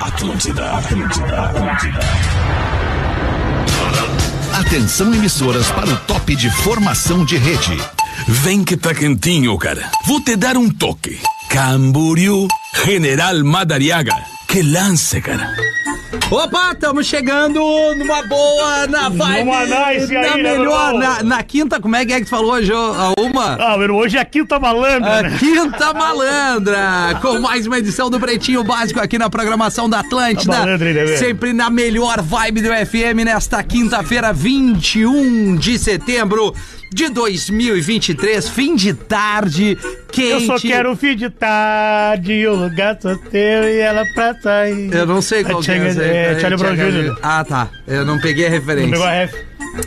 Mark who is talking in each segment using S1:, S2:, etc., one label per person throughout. S1: Atlântida, Atlântida, Atlântida. Atenção emissoras para o top de formação de rede.
S2: Vem que tá quentinho, cara. Vou te dar um toque. Camboriú, General Madariaga. Que lance, cara.
S3: Opa, estamos chegando numa boa, na vibe,
S4: Numa nice
S3: na
S4: aí, né,
S3: melhor,
S4: meu irmão?
S3: na, na quinta, como é que é que tu falou hoje, ô, a uma?
S4: Ah, meu irmão, hoje é quinta
S5: Ah,
S4: malandra,
S3: A
S4: né?
S3: quinta malandra, com mais uma edição do Pretinho Básico aqui na programação da Atlântida,
S4: Tá malandro, hein, Lelê?
S3: sempre na melhor vibe do FM, nesta quinta-feira, 21 de setembro de 2023, fim de tarde, quente.
S4: Eu só quero um fim de tarde, o lugar só teu e ela pra sair.
S3: Eu não sei
S4: É
S3: qual que é.
S4: Charlie-
S3: essa aí.
S4: é Charlie Brown Jr.
S3: Ah, tá. Eu não peguei a referência.
S4: Pegou a ref.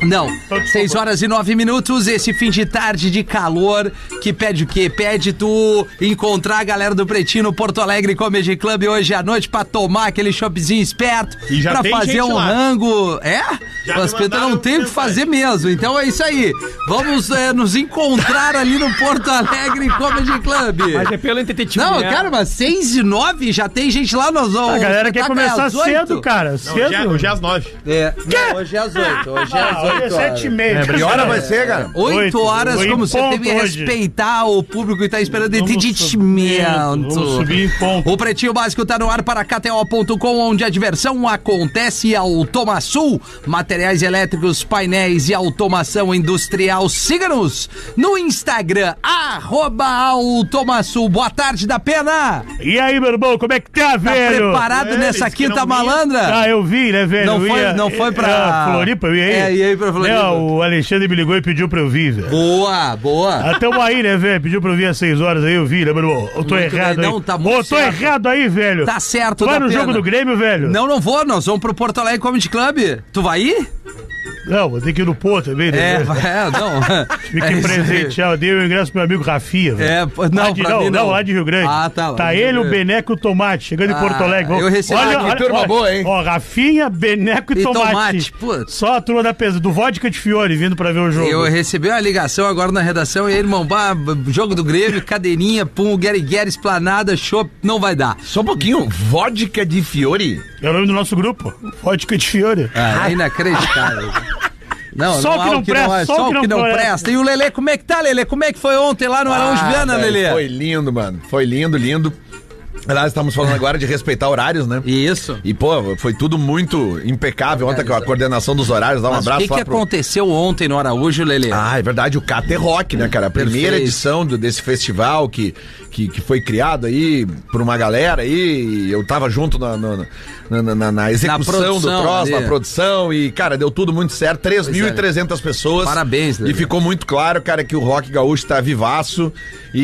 S5: Então,
S3: Não,
S4: desculpa.
S3: 6 horas e 9 minutos, esse fim de tarde de calor, que pede o quê? Pede tu encontrar a galera do Pretinho no Porto Alegre Comedy Club hoje à noite pra tomar aquele shoppingzinho esperto,
S5: E já
S3: pra
S5: tem
S3: fazer
S5: gente
S3: um
S5: lá.
S3: rango. É?
S5: Já
S3: As
S5: me
S3: pessoas não tem
S5: mandaram
S3: o que
S5: mensagem.
S3: fazer mesmo, então é isso aí. Vamos eh, nos encontrar ali no Porto Alegre Comedy Club.
S6: Mas é pelo entretenimento.
S3: Não, cara, mas 6 e 9 já tem gente lá, nós vamos.
S4: A galera quer
S3: espetáculo é
S4: começar
S3: às oito.
S4: cedo, cara.
S5: Não, hoje, é,
S4: Cedo.
S5: hoje é às nove.
S3: É, não, hoje é às 8. Hoje é às
S4: Ah, hoje é
S3: 8.
S4: sete e meia.
S5: Que hora vai ser, cara?
S3: 8
S4: Oito.
S3: horas,
S4: Em
S3: como você
S4: ponto
S3: deve
S4: hoje.
S3: respeitar o público e tá esperando
S4: Vamos subir,
S3: entendimento.
S4: vamos subir em ponto.
S3: O Pretinho Básico tá no ar para KTO.com, onde a diversão acontece Automaçul, materiais elétricos, painéis e automação industrial. Siga-nos no Instagram, arroba Automaçul. Boa tarde da Pena!
S4: E aí, meu irmão, como é que tá,
S3: Tá
S4: velho?
S3: preparado
S5: É,
S3: nessa
S5: eles que não
S3: quinta
S5: vêm.
S3: malandra?
S4: Ah, eu vi, né, velho?
S3: Não
S4: Eu
S3: foi-
S4: ia-
S3: não foi pra-
S4: Ah, Floripa, eu ia aí.
S3: É, ia aí pra Floripa.
S4: Não, o Alexandre me ligou e pediu pra eu vir, velho.
S3: Boa, boa.
S4: Ah, tamo aí, né, velho? Pediu pra eu vir às 6 horas aí, eu vi, né, meu irmão? Eu tô
S3: Muito
S4: errado
S3: bem,
S4: aí.
S3: não, tá
S4: Ô,
S3: muito
S4: tô
S3: certo.
S4: errado aí, velho.
S3: Tá certo,
S4: Tu vai
S3: dá
S4: no jogo
S3: pena.
S4: do Grêmio, velho?
S3: Não, não vou, nós vamos pro Porto Alegre Comedy Club. Tu vai ir?
S4: Não, vou ter que ir no Pô também, né?
S3: É,
S4: velho?
S3: é, não.
S4: Tive que
S3: É isso aí.
S4: presentear, eu dei o ingresso pro meu amigo Rafinha. velho.
S3: É, pô, não,
S4: Lá de,
S3: pra mim não.
S4: lá de Rio Grande.
S3: Ah, tá, lá
S4: Tá
S3: de Rio
S4: ele, o
S3: Grande.
S4: Beneco e o Tomate, chegando
S3: Ah,
S4: em Porto Alegre.
S3: eu recebi aqui,
S5: turma boa, hein?
S4: Ó, Rafinha, Beneco e,
S3: E
S4: Tomate.
S3: Tomate, putz.
S4: Só a turma da pesa, do Vodka de Fiore vindo pra ver o jogo.
S3: Eu recebi uma ligação agora na redação e aí, irmão, bah, jogo do Grêmio, cadeirinha, pum, Gary Guerra, esplanada, show, não vai dar.
S5: Só um pouquinho. Vodka de Fiore?
S4: É o nome do nosso grupo, Vodka de Fiore.
S3: Ah, é inacreditável. Não,
S4: Só
S3: não
S4: o que
S3: há
S4: não
S3: é,
S4: presta,
S3: só o que não presta. E o Lelê, como é que tá, Lelê? Como é que foi ontem lá no Arão Viana,
S5: velho,
S3: Lelê?
S5: Foi lindo, mano. Foi lindo, lindo. Aliás, estamos falando agora de respeitar horários, né?
S3: Isso.
S5: E, pô, foi tudo muito impecável ontem com a coordenação dos horários. Dá um
S3: Mas o
S5: abraço
S3: que, que
S5: lá pro...
S3: aconteceu ontem no Araújo, Lelê?
S5: Ah, é verdade, o Cater Rock, né, cara? A primeira
S3: Perfeito.
S5: edição do- desse festival que, que, que foi criado aí por uma galera aí. e Eu tava junto na, na, na- na- na- na execução
S3: produção
S5: do troço,
S3: ali. é.
S5: na produção. E, cara, deu tudo muito certo. 3.300 pessoas.
S3: Parabéns,
S5: E
S3: Lelê.
S5: ficou muito claro, cara, que o Rock Gaúcho tá vivaço.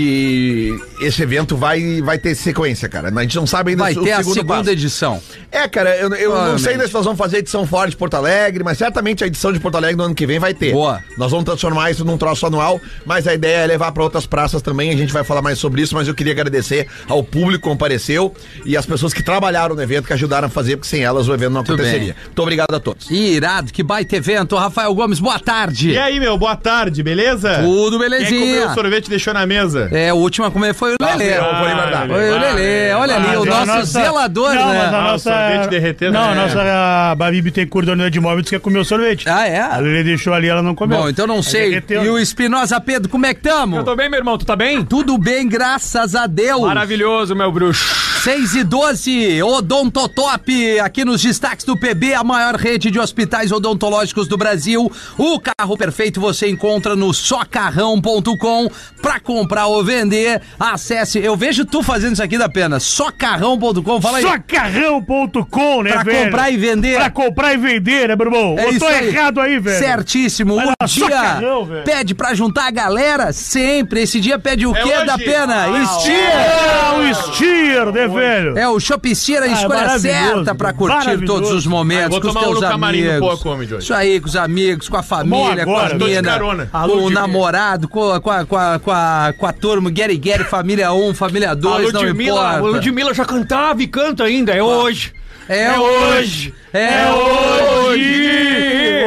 S5: E esse evento vai, vai ter sequência, cara. A gente não sabe ainda
S3: vai
S5: o
S3: ter a
S5: segundo
S3: segunda
S5: passo.
S3: edição.
S5: É, cara, eu, eu não
S3: Claramente.
S5: sei ainda se nós vamos fazer a edição fora de Porto Alegre, mas certamente a edição de Porto Alegre no ano que vem vai ter.
S3: Boa.
S5: Nós vamos transformar isso num troço anual, mas a ideia é levar pra outras praças também, a gente vai falar mais sobre isso, mas eu queria agradecer ao público que compareceu e às pessoas que trabalharam no evento, que ajudaram a fazer, porque sem elas o evento não
S3: Tudo
S5: aconteceria.
S3: bem.
S5: Muito obrigado a todos.
S3: Irado, que baita evento. Rafael Gomes, boa tarde.
S5: E
S6: aí, meu, boa tarde, beleza?
S3: Tudo
S6: Quem comeu
S3: belezinha.
S6: o sorvete e deixou na mesa?
S3: É, o último a comer foi o Lelê.
S5: eu vou guardar.
S3: Foi o
S6: vai,
S3: Lelê, olha
S4: Ah,
S3: ali, o
S4: mas a
S3: nosso
S4: nossa-
S3: zelador,
S4: não,
S3: né?
S4: Mas a
S6: Ah, o
S4: nossa...
S6: sorvete derretendo,
S4: Não,
S6: né?
S4: a nossa a Babi Bittencourt, dona de móveis, que comeu sorvete.
S3: Ah,
S4: A
S3: é?
S4: Lelê deixou ali, é ela não comeu.
S3: Bom, então não sei.
S4: derreteu.
S3: E o Espinosa Pedro, como é que tamo?
S6: Eu tô bem, meu irmão, tu tá bem?
S3: Tudo bem, graças a Deus.
S6: Maravilhoso, meu bruxo.
S3: 6 e 12, Odontotop, aqui nos destaques do PB, a maior rede de hospitais odontológicos do Brasil. O carro perfeito você encontra no socarrão.com. Pra comprar ou vender, acesse. Eu vejo tu fazendo isso aqui da pena. Socarrão.com, fala aí.
S4: Socarrão.com, né,
S3: Pra
S4: velho?
S3: comprar e vender. É
S4: Pra comprar e vender, né, meu irmão? Eu tô errado aí, velho.
S3: Certíssimo.
S4: Vai
S3: O
S4: lá,
S3: dia
S4: socarrão, velho.
S3: pede pra juntar a galera sempre. Esse dia pede o quê
S6: É hoje.
S3: da pena?
S6: Ah,
S3: Estia!
S4: É o Steer, né, velho?
S3: É o Shop Steer, a
S4: é
S3: escolha
S4: maravilhoso,
S3: certa pra curtir
S4: maravilhoso.
S3: todos os
S6: Ah,
S3: momentos
S6: vou
S3: com É, os
S6: tomar um
S3: teus
S6: no camarim do
S3: amigos.
S6: Boa Comedy hoje.
S3: Isso aí, com os amigos, com a família,
S4: Bom, agora,
S3: com
S4: tô
S3: a
S4: de
S3: mina,
S6: carona.
S3: com
S6: Alô,
S3: o
S6: Didi.
S3: namorado, com, a- com, a- com, a- com, a, com a turma, Gary Gary, família 1, família 2, não importa. Ah,
S6: Ludmilla já cantava e canta ainda, é hoje.
S3: É hoje! É hoje!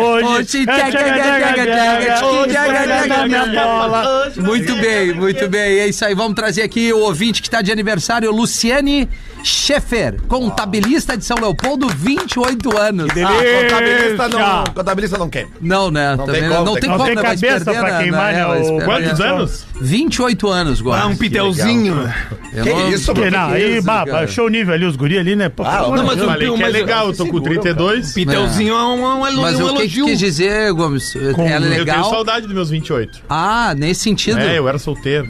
S4: Hoje,
S3: Hoje tchaca, tchaca, tchaca,
S4: Hoje
S3: tchaca,
S4: vai
S3: tchaca,
S4: dar minha bola.
S3: Muito bem, muito bem. É isso aí. Vamos trazer aqui o ouvinte que está de aniversário, Luciane Schaefer, contabilista de São Leopoldo, 28 anos.
S5: Ah, contabilista não,
S4: Delícia.
S5: contabilista não quer.
S3: Não, né?
S5: Não
S3: Também
S5: tem
S3: não-
S5: como,
S3: não
S5: tem
S3: tem
S5: como.
S3: como,
S4: Não tem
S3: né? Vai se
S4: cabeça
S3: perder
S4: pra
S3: na-
S4: queimar,
S3: na-
S4: né?
S3: é, vai se
S4: O-
S3: perder.
S4: quantos anos?
S3: 28 anos, Gomes.
S7: Ah, um pitelzinho.
S3: Eu
S5: Que
S3: não-
S5: isso,
S4: Que
S5: mano?
S4: não,
S3: que
S4: aí,
S3: isso,
S4: bah,
S3: cara?
S4: baixou o nível ali, os guri ali, né? Pô,
S5: Ah,
S4: pô,
S5: não,
S7: mas
S6: um
S7: o-
S4: eu- falei,
S7: mas
S4: que é
S7: o-
S4: legal, eu tô com 32.
S7: Pitelzinho é um, é um, é um
S3: Mas o que que
S7: elogio.
S3: quis dizer, Gomes? Ela é
S8: Eu tenho
S3: legal?
S8: saudade dos meus 28.
S3: Ah, nesse sentido.
S8: É, eu era solteiro.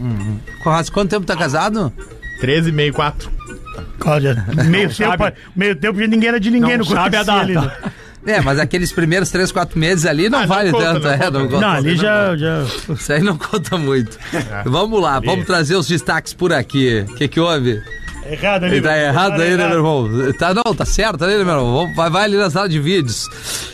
S3: Conrado, quanto tempo tá casado?
S8: 13, meio, 4.
S4: Cláudia, meio tempo, meio tempo de ninguém era de ninguém,
S6: Não
S4: não,
S6: sabe a
S4: conhecia
S6: data.
S4: né?
S3: É, mas aqueles primeiros 3, 4 meses ali não
S8: Ah, não
S3: vale
S8: conta,
S3: tanto.
S8: não
S3: é,
S8: conta.
S3: não, conta.
S4: Não, ali já, já.
S3: Isso aí não conta muito. Vamos lá, vamos trazer os destaques por aqui. O que, que houve?
S4: Errado ali.
S3: Ele tá
S4: meu.
S3: errado
S4: Tá
S3: aí, né, meu irmão? Tá, não, tá certo aí, né, meu irmão? Vamos- Vai, vai ali na sala de vídeos.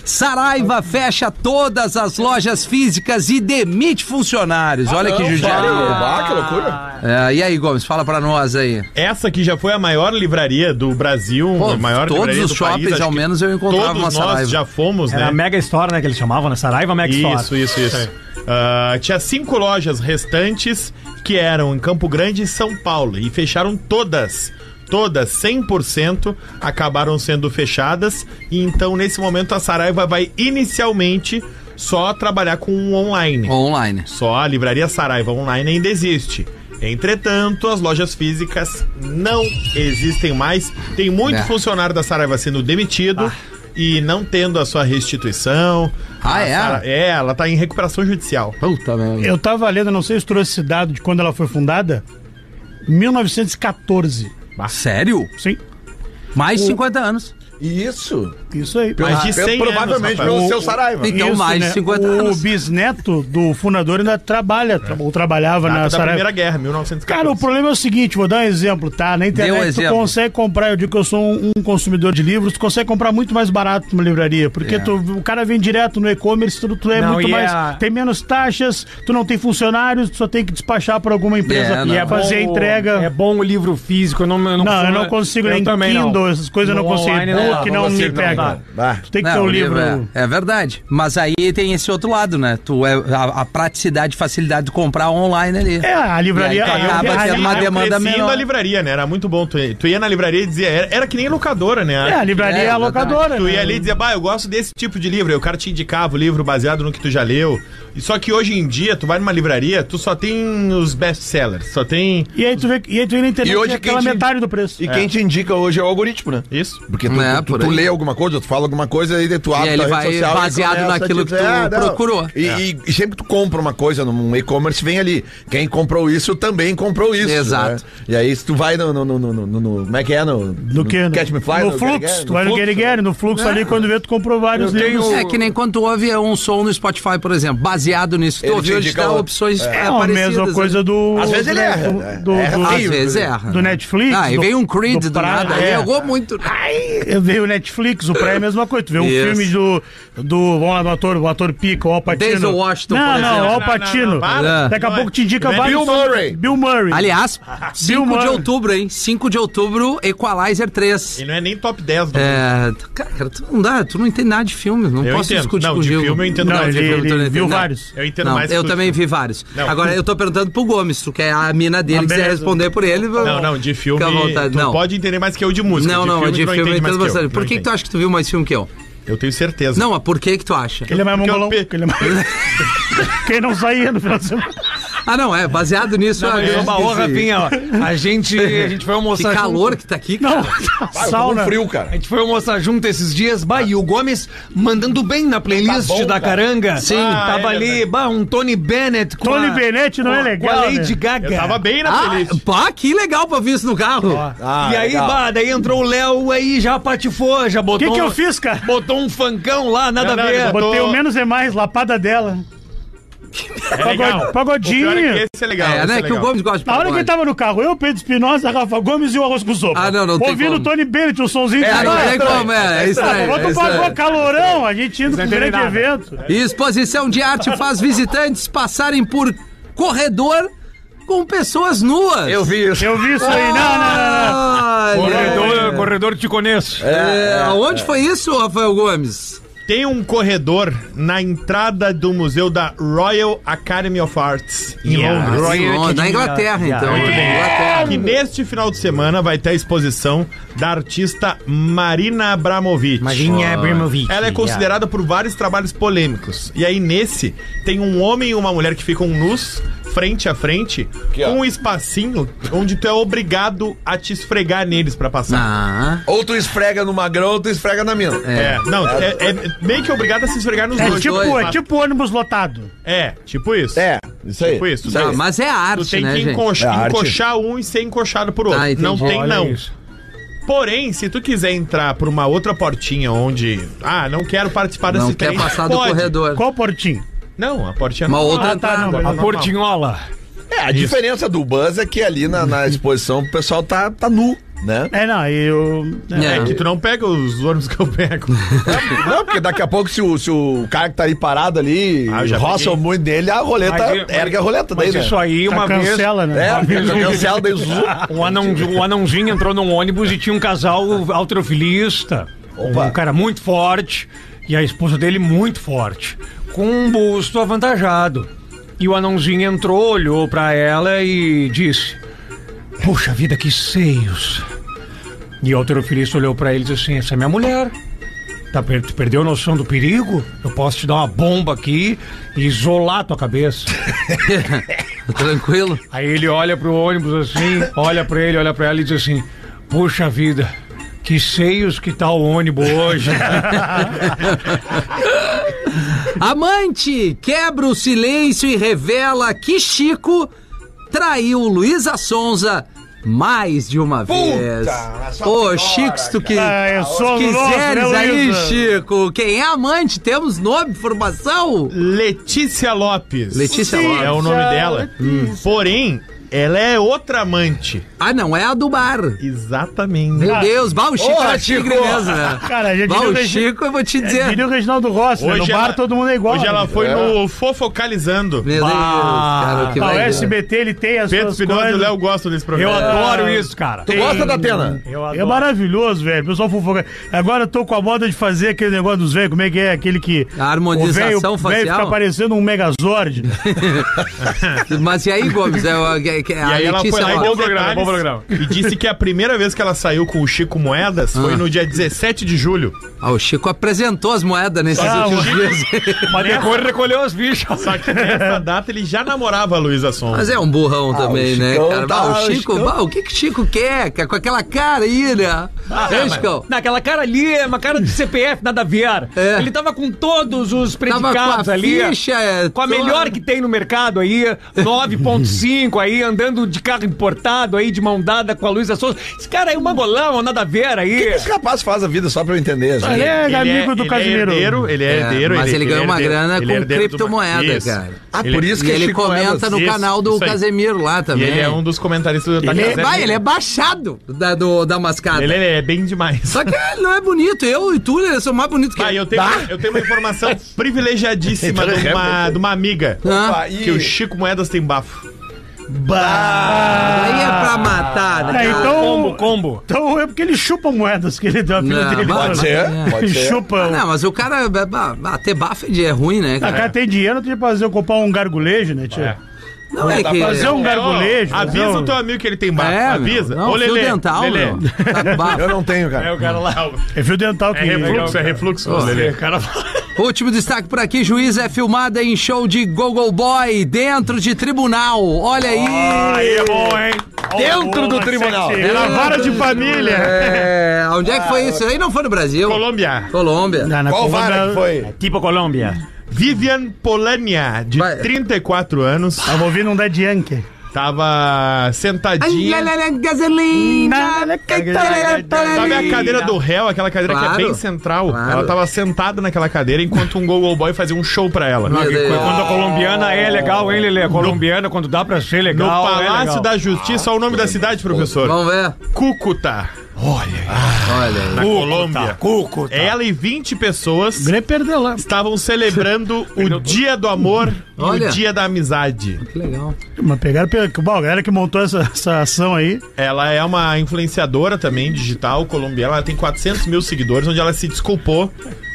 S3: Saraiva fecha todas as lojas físicas e demite funcionários. Olha que judiaria.
S5: Ah, que loucura.
S3: É, e aí, Gomes, fala pra nós aí.
S8: Essa que já foi a maior livraria do Brasil,
S3: Pô,
S8: a maior
S3: todos
S8: livraria
S3: os
S8: do país,
S3: shoppings,
S8: acho
S3: ao
S8: que
S3: menos, eu encontrava
S8: Todos
S3: uma
S8: nós
S3: Saraiva.
S8: já fomos,
S6: Era a
S8: né?
S6: Mega Store, né, que eles chamavam, né? Saraiva Mega
S8: Isso,
S6: Store.
S8: isso,
S3: É.
S8: isso. Ah, tinha cinco lojas restantes que eram em Campo Grande e São Paulo e fecharam todas. Todas, 100%, acabaram sendo fechadas. E então, nesse momento, a Saraiva vai inicialmente só trabalhar com o online.
S3: Online.
S8: Só a livraria Saraiva online ainda existe. Entretanto, as lojas físicas não existem mais. Tem muito
S3: É.
S8: funcionário da Saraiva sendo demitido e não tendo a sua restituição.
S3: Ah,
S8: A
S3: é?
S8: Sara- É, ela tá em recuperação judicial.
S3: Puta merda.
S4: Eu tava lendo, não sei se trouxe esse dado de quando ela foi fundada. 1914.
S3: Sério?
S4: Sim,
S3: Mais 50 anos.
S5: Isso.
S4: isso aí. né?
S8: Mais de 100
S5: Provavelmente
S8: anos,
S5: pelo
S8: rapaz.
S5: seu Saraiva.
S3: Então, mais de 50
S4: o
S3: anos.
S4: bisneto do fundador ainda trabalha, tra- ou trabalhava na
S8: Data da
S4: Saraiva.
S8: Primeira Guerra,
S4: Cara, o
S8: 1914.
S4: problema é o seguinte, vou dar um exemplo, tá?
S3: Dê
S4: Na
S3: um
S4: internet tu
S3: exemplo.
S4: consegue comprar, eu digo que eu sou um, um consumidor de livros, tu consegue comprar muito mais barato numa livraria, porque
S3: É.
S4: tu, o cara vem direto no e-commerce, tu, tu é
S6: Não,
S4: muito
S6: e
S4: mais,
S6: a-
S4: tem menos taxas, tu não tem funcionários, tu só tem que despachar pra alguma empresa
S3: É,
S4: e
S3: não.
S4: é fazer a
S6: bom-
S4: entrega.
S6: É bom o livro físico, eu não, eu não,
S4: Não, eu não consigo nem Kindle, essas coisas eu não consigo.
S6: O
S4: Book não, me pega.
S5: Bah.
S4: Tu tem que ter o livro.
S3: é, é verdade. Mas aí tem esse outro lado, né? Tu é a, a praticidade, facilidade de comprar online ali.
S4: É, a livraria.
S3: E aí,
S4: a-
S3: acaba
S4: a-
S3: sendo uma
S4: a-
S3: demanda
S8: Cresci
S3: menor.
S8: na livraria, né? Era muito bom. Tu, tu ia na livraria e dizia... Era, era que nem locadora, né?
S4: É, a livraria
S3: É,
S4: é a
S3: exatamente.
S4: locadora.
S8: Tu
S4: né?
S8: ia ali e dizia, bah, eu gosto desse tipo de livro. Aí o cara te indicava o livro baseado no que tu já leu. E só que hoje em dia, tu vai numa livraria, tu só tem os best-sellers. Só tem
S4: E aí tu vê, e aí tu vê na internet
S5: E hoje
S4: é aquela
S5: quem te-
S4: metade do preço.
S5: E quem te indica hoje é o algoritmo, né?
S8: isso.
S5: Porque tu,
S3: É,
S5: tu-
S3: por
S5: tu
S3: aí.
S5: lê alguma coisa, tu fala alguma coisa e daí tu abre
S3: ele
S5: tua
S3: vai
S5: rede social. e
S3: baseado
S5: começa a
S3: naquilo
S5: te
S3: que
S5: dizer,
S3: tu
S5: "Ah, não."
S3: procurou. É.
S5: E, e sempre que tu compra uma coisa num e-commerce, vem ali. Quem comprou isso também comprou isso.
S3: Exato.
S5: né? E aí, se tu vai no. no, no, no, no- no- como é que é? No,
S4: No que?
S5: Catch Me Fly?
S4: no,
S5: Get
S4: fluxo.
S5: Get,
S4: Tu vai no Get Get, no fluxo
S5: É.
S4: ali, quando vê, tu comprou vários livros.
S3: É que nem quando tu ouve um som no Spotify, por exemplo, baseado nisso, tu
S5: Ele
S3: ouviu,
S5: te
S3: ele te
S5: indica
S3: dá
S5: outro.
S3: opções é.
S4: Não, a mesma coisa do.
S5: Às vezes
S4: do-
S5: ele erra,
S4: do-
S5: né?
S4: do-
S5: Erra
S4: do-
S3: Às
S5: feio,
S3: vezes
S5: do-
S3: erra.
S4: do Netflix,
S3: Ah, e
S4: do-
S3: vem um Creed
S4: do
S3: do, nada.
S4: Prada,
S3: Aí
S4: é.
S3: errou muito.
S4: Ai, Veio o Netflix, o Prime, a mesma coisa. Tu vê um
S3: Isso.
S4: filme do. do vamos lá, do ator, o ator Pica, o Al Pacino.
S3: Denzel Washington,
S4: não,
S3: por
S4: não,
S3: exemplo.
S4: o Al
S8: Não, não,
S4: Pacino.
S8: não,
S3: para.
S4: Daqui a pouco te indica
S8: Bill
S4: vários.
S5: Murray.
S4: Bill Murray.
S3: Aliás, 5 de
S4: Murray.
S3: outubro, hein? 5 de outubro, Equalizer 3.
S8: E não é nem top 10 do mundo.
S3: É, cara, tu não dá, tu não entende nada de filme, não
S8: Eu
S3: posso
S8: entendo.
S3: discutir
S8: Não,
S3: com o
S8: de
S3: Gil.
S8: filme eu entendo
S4: Não, ele,
S8: mais. de filme
S4: ele
S8: eu tô-
S4: viu
S3: entendendo.
S4: vários.
S8: Eu entendo
S3: Não,
S8: mais.
S3: eu
S8: que-
S3: também vi vários.
S8: Não.
S3: Agora, eu tô perguntando pro Gomes, tu quer a mina dele,
S4: Ah,
S3: quiser
S4: beleza.
S3: responder por ele.
S8: Não, não, de filme.
S3: Fica à vontade.
S8: Tu
S3: Não,
S8: pode entender mais que eu de música.
S3: não, não, de
S8: tu
S3: filme eu
S8: entende mais
S3: entendo
S8: que eu.
S3: bastante. Por
S8: Não
S3: que, que tu
S8: entende.
S3: acha que tu viu mais filme que eu?
S8: Eu tenho certeza.
S3: Não, mas por que que tu acha?
S4: Ele é mais
S8: Porque eu
S4: mongolão.
S8: pe-
S4: Ele é mais... Quem não saía no final de semana.
S3: Ah, não, é, baseado nisso... eu
S6: Mas
S3: eu
S6: é uma
S3: esqueci.
S6: honra, Pinha, ó. A gente, a gente foi
S3: Que
S6: almoçar
S3: calor
S6: junto.
S3: que tá aqui, cara.
S5: Ah, eu tô com
S4: né?
S5: frio, cara.
S6: A gente foi almoçar junto esses dias, bah, e o Gomes mandando bem na playlist
S5: bom,
S6: da
S5: cara.
S6: Caranga.
S3: Sim.
S8: Ah,
S6: tava
S8: é
S6: ali, bah, um Tony Bennett com
S4: Tony
S6: a-
S4: Bennett não
S6: com
S4: é
S6: a-
S4: legal,
S6: Com a Lady
S4: né?
S6: Gaga.
S8: Eu tava bem na
S3: Ah,
S8: playlist.
S3: pá, que legal pra ouvir isso no carro. É,
S5: Ah,
S6: e aí,
S5: legal.
S6: bah, daí entrou o Léo aí, já patifou, já
S4: O que,
S6: botou.
S4: que eu
S6: um-
S4: fiz, cara?
S6: Botou um fancão lá, nada
S8: Não,
S6: a
S8: não,
S6: ver.
S8: ele botou-
S4: Botei o menos é mais, lapada dela.
S8: É legal.
S4: Pagodinho.
S8: O pior é que esse tá é legal.
S3: é,
S8: esse
S3: né, que o
S8: legal.
S3: Gomes gosta de
S4: Na hora que
S3: pagode.
S4: ele tá- tava no carro, eu, Pedro Espinosa, Rafa Gomes e o Arroz com Sopa.
S3: Ah, não, não tem
S4: Ouvindo
S3: como.
S4: o Tony Bennett, um sonzinho
S3: Ah, não tem como, é, é
S4: Ah,
S3: estranho.
S4: bota
S3: é
S4: um
S3: estranho.
S4: pagode calorão, a gente
S6: Não
S4: indo pra um
S6: entendi
S4: grande
S6: nada.
S4: evento.
S3: Exposição de arte faz visitantes passarem por corredor com pessoas nuas.
S5: Eu vi isso.
S4: Eu vi isso aí, não, não, não, não.
S3: Olha.
S6: É. corredor te conheço.
S3: É, onde foi isso, Rafael Gomes?
S8: Tem um corredor na entrada do museu da Royal Academy of Arts em
S4: Yeah.
S8: Londres.
S4: Royal
S3: Senhor, da
S4: Academia.
S3: Ah, Inglaterra,
S4: Yeah.
S3: então.
S4: Muito
S3: da
S4: bem.
S3: Inglaterra.
S8: Que neste final de semana vai ter a exposição da artista Marina Abramovic.
S4: Marinha Abramovic.
S8: Ela é considerada por vários trabalhos polêmicos. E aí, nesse, tem um homem e uma mulher que ficam nus, frente a frente, com um espacinho onde tu é obrigado a te esfregar neles pra passar.
S3: Ah,
S5: Ou tu esfrega no magrão, ou tu esfrega na mina.
S8: É, não, é, é meio que obrigado a se esfregar nos
S4: É
S8: dois.
S4: tipo,
S8: Dois.
S4: é tipo ônibus lotado.
S8: É, tipo isso.
S5: É, isso aí.
S8: Tipo
S4: né?
S8: isso.
S3: tá,
S8: Tu-
S3: mas é
S8: Tu
S3: arte,
S8: tem
S3: né,
S8: que
S3: gente?
S8: encox-
S5: É arte.
S8: encoxar um e ser encoxado por outro.
S3: Ah, entendi.
S8: não tem,
S3: Olha
S8: não. Porém, se tu quiser entrar por uma outra portinha onde. Ah, não quero participar desse
S3: Não quer
S8: trem,
S3: passar do
S8: pode.
S3: corredor.
S4: Qual portinho?
S8: Não, a portinha
S3: Uma
S8: não.
S3: outra
S4: Ah, tá, não,
S3: entrada.
S4: mas-
S8: A
S4: normal.
S8: portinhola.
S5: É, a diferença do Buzz é que ali na, na exposição o pessoal tá, tá nu, né?
S4: É, não, eu.
S8: É.
S3: É.
S8: que tu não pega os ônibus que eu pego.
S5: Não, porque daqui a pouco, se o, se o cara que tá ali parado ali
S8: Ah, eu já
S5: roça
S8: peguei.
S5: muito nele, a roleta
S9: Mas, mas-
S5: Tá, ergue a roleta daí,
S9: Mas
S5: né?
S9: isso é- aí,
S6: Tá
S4: Uma
S9: uma vez,
S4: cancela, né?
S5: É, já cancela daí. zu-
S9: um, anão, um anãozinho entrou num ônibus e tinha um casal autrofilista,
S5: Opa.
S9: um cara muito forte, e a esposa dele muito forte, com um busto avantajado. E o anãozinho entrou, olhou pra ela e disse: Puxa vida, que seios. E o autorofilista olhou pra ele e disse assim: Essa é minha mulher. Tá, per- tu perdeu a noção do perigo? Eu posso te dar uma bomba aqui e isolar tua cabeça.
S3: Tranquilo?
S9: Aí ele olha pro ônibus assim, olha pra ele, olha pra ela e diz assim: Puxa vida, que seios que tá o ônibus hoje.
S3: Amante quebra o silêncio e revela que Chico traiu Luísa Sonza mais de uma vez. Ô, Chico, se tu
S8: um-
S3: que,
S4: Ah, eu sou
S3: se quiseres
S4: louco, né,
S3: aí,
S4: Luísa?
S3: Chico, quem é amante? Temos nome, formação?
S8: Letícia Lopes.
S3: Letícia Lopes.
S8: É o nome dela. Porém, ela é outra amante.
S3: Ah, não, é a do bar.
S8: Exatamente.
S3: Meu Deus, bah, o Chico
S5: Porra,
S3: era tigre
S5: Chico.
S3: mesmo, né?
S4: Cara, já
S3: Bah,
S4: diria o
S3: o
S4: Regi-
S3: Chico, eu vou te dizer.
S4: É, Diria o Reginaldo Rossi, né? No
S8: Hoje
S4: bar
S8: ela-
S4: todo mundo é igual.
S8: Hoje
S4: né?
S8: ela foi
S5: É.
S8: no Fofocalizando.
S3: Meu Deus, cara, o que
S4: Ah, o
S3: vai ver.
S4: SBT, ele tem as
S8: Pedro
S4: suas
S8: Espinosa e o
S4: coisas.
S8: Léo gostam desse
S9: Eu
S8: programa.
S3: Ah.
S9: adoro isso, cara.
S5: Tu gosta da Atena?
S9: Eu
S4: É maravilhoso, velho. O Pessoal fofoca. Agora eu tô com a moda de fazer aquele negócio dos velhos. Como é que é? Aquele que.
S3: A harmonização
S4: o velho- o velho
S3: facial?
S4: fica parecendo um Megazord.
S3: Mas e aí, Gomes? É, o- é- é-
S8: E
S3: a
S8: aí ela foi
S3: Letícia
S8: lá e
S3: Lopes.
S8: deu
S9: Bom programa,
S8: detalhes
S9: bom programa.
S8: e disse que a primeira vez que ela saiu com o Chico Moedas foi no dia 17 de julho.
S3: Ah, o Chico apresentou as moedas nesses
S4: Ah,
S3: últimos
S4: o-
S3: dias.
S9: Mas depois recolheu as bichas.
S8: Só que nessa data ele já namorava a Luísa Sonza.
S3: Mas é um burrão também,
S5: Ah, o
S3: né,
S5: Chicão
S3: cara?
S5: tá-
S3: Bah,
S5: o
S3: o Chico,
S5: Chicão-
S3: bah, o que que o Chico quer? cara? Com aquela cara aí,
S8: Ah,
S3: né? Hein, Chicão?
S9: Naquela cara ali, é uma cara de CPF, nada a ver.
S3: É.
S9: Ele tava com todos os
S3: Tava com
S9: predicados
S3: a
S9: ali.
S3: ficha. é,
S9: Com a
S3: toda-
S9: melhor que tem no mercado aí, 9.5 aí, andando de carro importado aí, de mão dada com a Luísa Souza. Esse cara aí, um mangolão, nada a ver aí.
S5: Esse rapaz faz a vida só pra eu entender.
S4: Ele
S5: Assim.
S4: é
S8: Ele
S4: amigo do
S8: ele
S4: Casimiro.
S8: É herdeiro, ele é
S3: É,
S8: herdeiro.
S3: mas ele ganhou
S8: é
S3: uma
S8: herdeiro-
S3: grana
S8: ele é
S3: com
S8: herdeiro do-
S3: criptomoeda,
S8: Isso.
S3: cara.
S5: Ah, por isso
S3: E
S5: que é
S3: ele
S5: Chico
S3: comenta
S5: Moedas.
S3: no
S8: isso,
S3: canal do
S8: isso aí.
S3: Casemiro lá
S8: E
S3: também.
S8: ele é um dos comentaristas do Ataque
S3: Ele é-
S8: Zero.
S3: vai, ele é baixado da, do- da mascada.
S8: Ele é bem demais.
S3: Só que ele não é bonito. Eu e tu, ele são mais bonitos que
S8: Ah,
S3: ele.
S8: eu tenho, eu tenho uma informação privilegiadíssima
S5: Então,
S3: é
S8: de, uma,
S5: realmente.
S8: de uma amiga.
S3: Hã?
S5: Opa, e-
S8: Que o Chico Moedas tem bafo.
S3: Aí é pra matar, né?
S4: Ah,
S3: cara?
S4: então-
S9: Combo, combo.
S4: Então é porque ele chupa moedas que ele deu a filha
S3: Não,
S4: dele.
S3: mas- é,
S5: Pode ser, pode
S4: Ele
S5: ser.
S4: chupa.
S3: Ah, não, mas o cara. ba- ba- ba- Ter bafo é de- é ruim, né,
S4: A cara
S3: cara?
S4: tem dinheiro, tem que fazer eu comprar um gargulejo, né, tio?
S3: Não é que.
S4: Fazer um gargulejo.
S8: Ó, avisa
S4: fazer um-
S8: o teu amigo que ele tem bafo.
S3: É,
S8: avisa.
S3: Não,
S8: Ô,
S3: fio
S8: Lelê,
S3: dental,
S8: Lelê.
S3: meu. Tá bafo.
S5: Eu não tenho, cara.
S9: cara lá.
S4: É fio dental que
S8: É refluxo, é
S4: é.
S8: refluxo. Ô, Lelê.
S3: Último destaque por aqui, juiz é filmada em show de Google Boy dentro de tribunal. Olha aí!
S4: é bom, hein?
S5: Dentro do
S4: Boa,
S5: tribunal.
S4: sexy. Era vara de família.
S3: É, onde é que
S4: Ah,
S3: foi isso? Aí não foi no Brasil.
S8: Colômbia.
S3: Colômbia.
S4: Na- na
S5: Qual
S4: Colômbia-
S5: vara que foi?
S9: Tipo Colômbia.
S8: Vivian Polania, de
S3: Vai.
S8: 34 anos,
S4: Tava ouvindo um Dead Yankee.
S8: tava sentadinha.
S3: Gasolina.
S8: Sabe a cadeira do réu, aquela cadeira que
S3: Claro.
S8: é bem central?
S3: Claro.
S8: Ela tava sentada naquela cadeira enquanto um Google Boy fazia um show pra ela.
S3: Meu Deus.
S9: Quando a colombiana é legal, hein, Lelê? A colombiana, quando dá pra ser
S8: No
S9: legal. é
S8: Palácio
S9: legal. Ah,
S8: da Justiça, olha o nome da cidade, professor.
S3: Vamos ver.
S8: Cúcuta,
S3: Olha
S8: na
S3: aí.
S8: Colômbia.
S9: Cuco.
S8: Ela e 20 pessoas
S4: Grêmio perdeu lá.
S8: estavam celebrando o Dia do Amor e
S3: Olha.
S8: o Dia da Amizade.
S3: Que legal.
S4: Mas pegaram. pe- Bom, a galera que montou essa, essa ação aí.
S8: Ela é uma influenciadora também digital colombiana. Ela tem 400 mil seguidores, onde ela se desculpou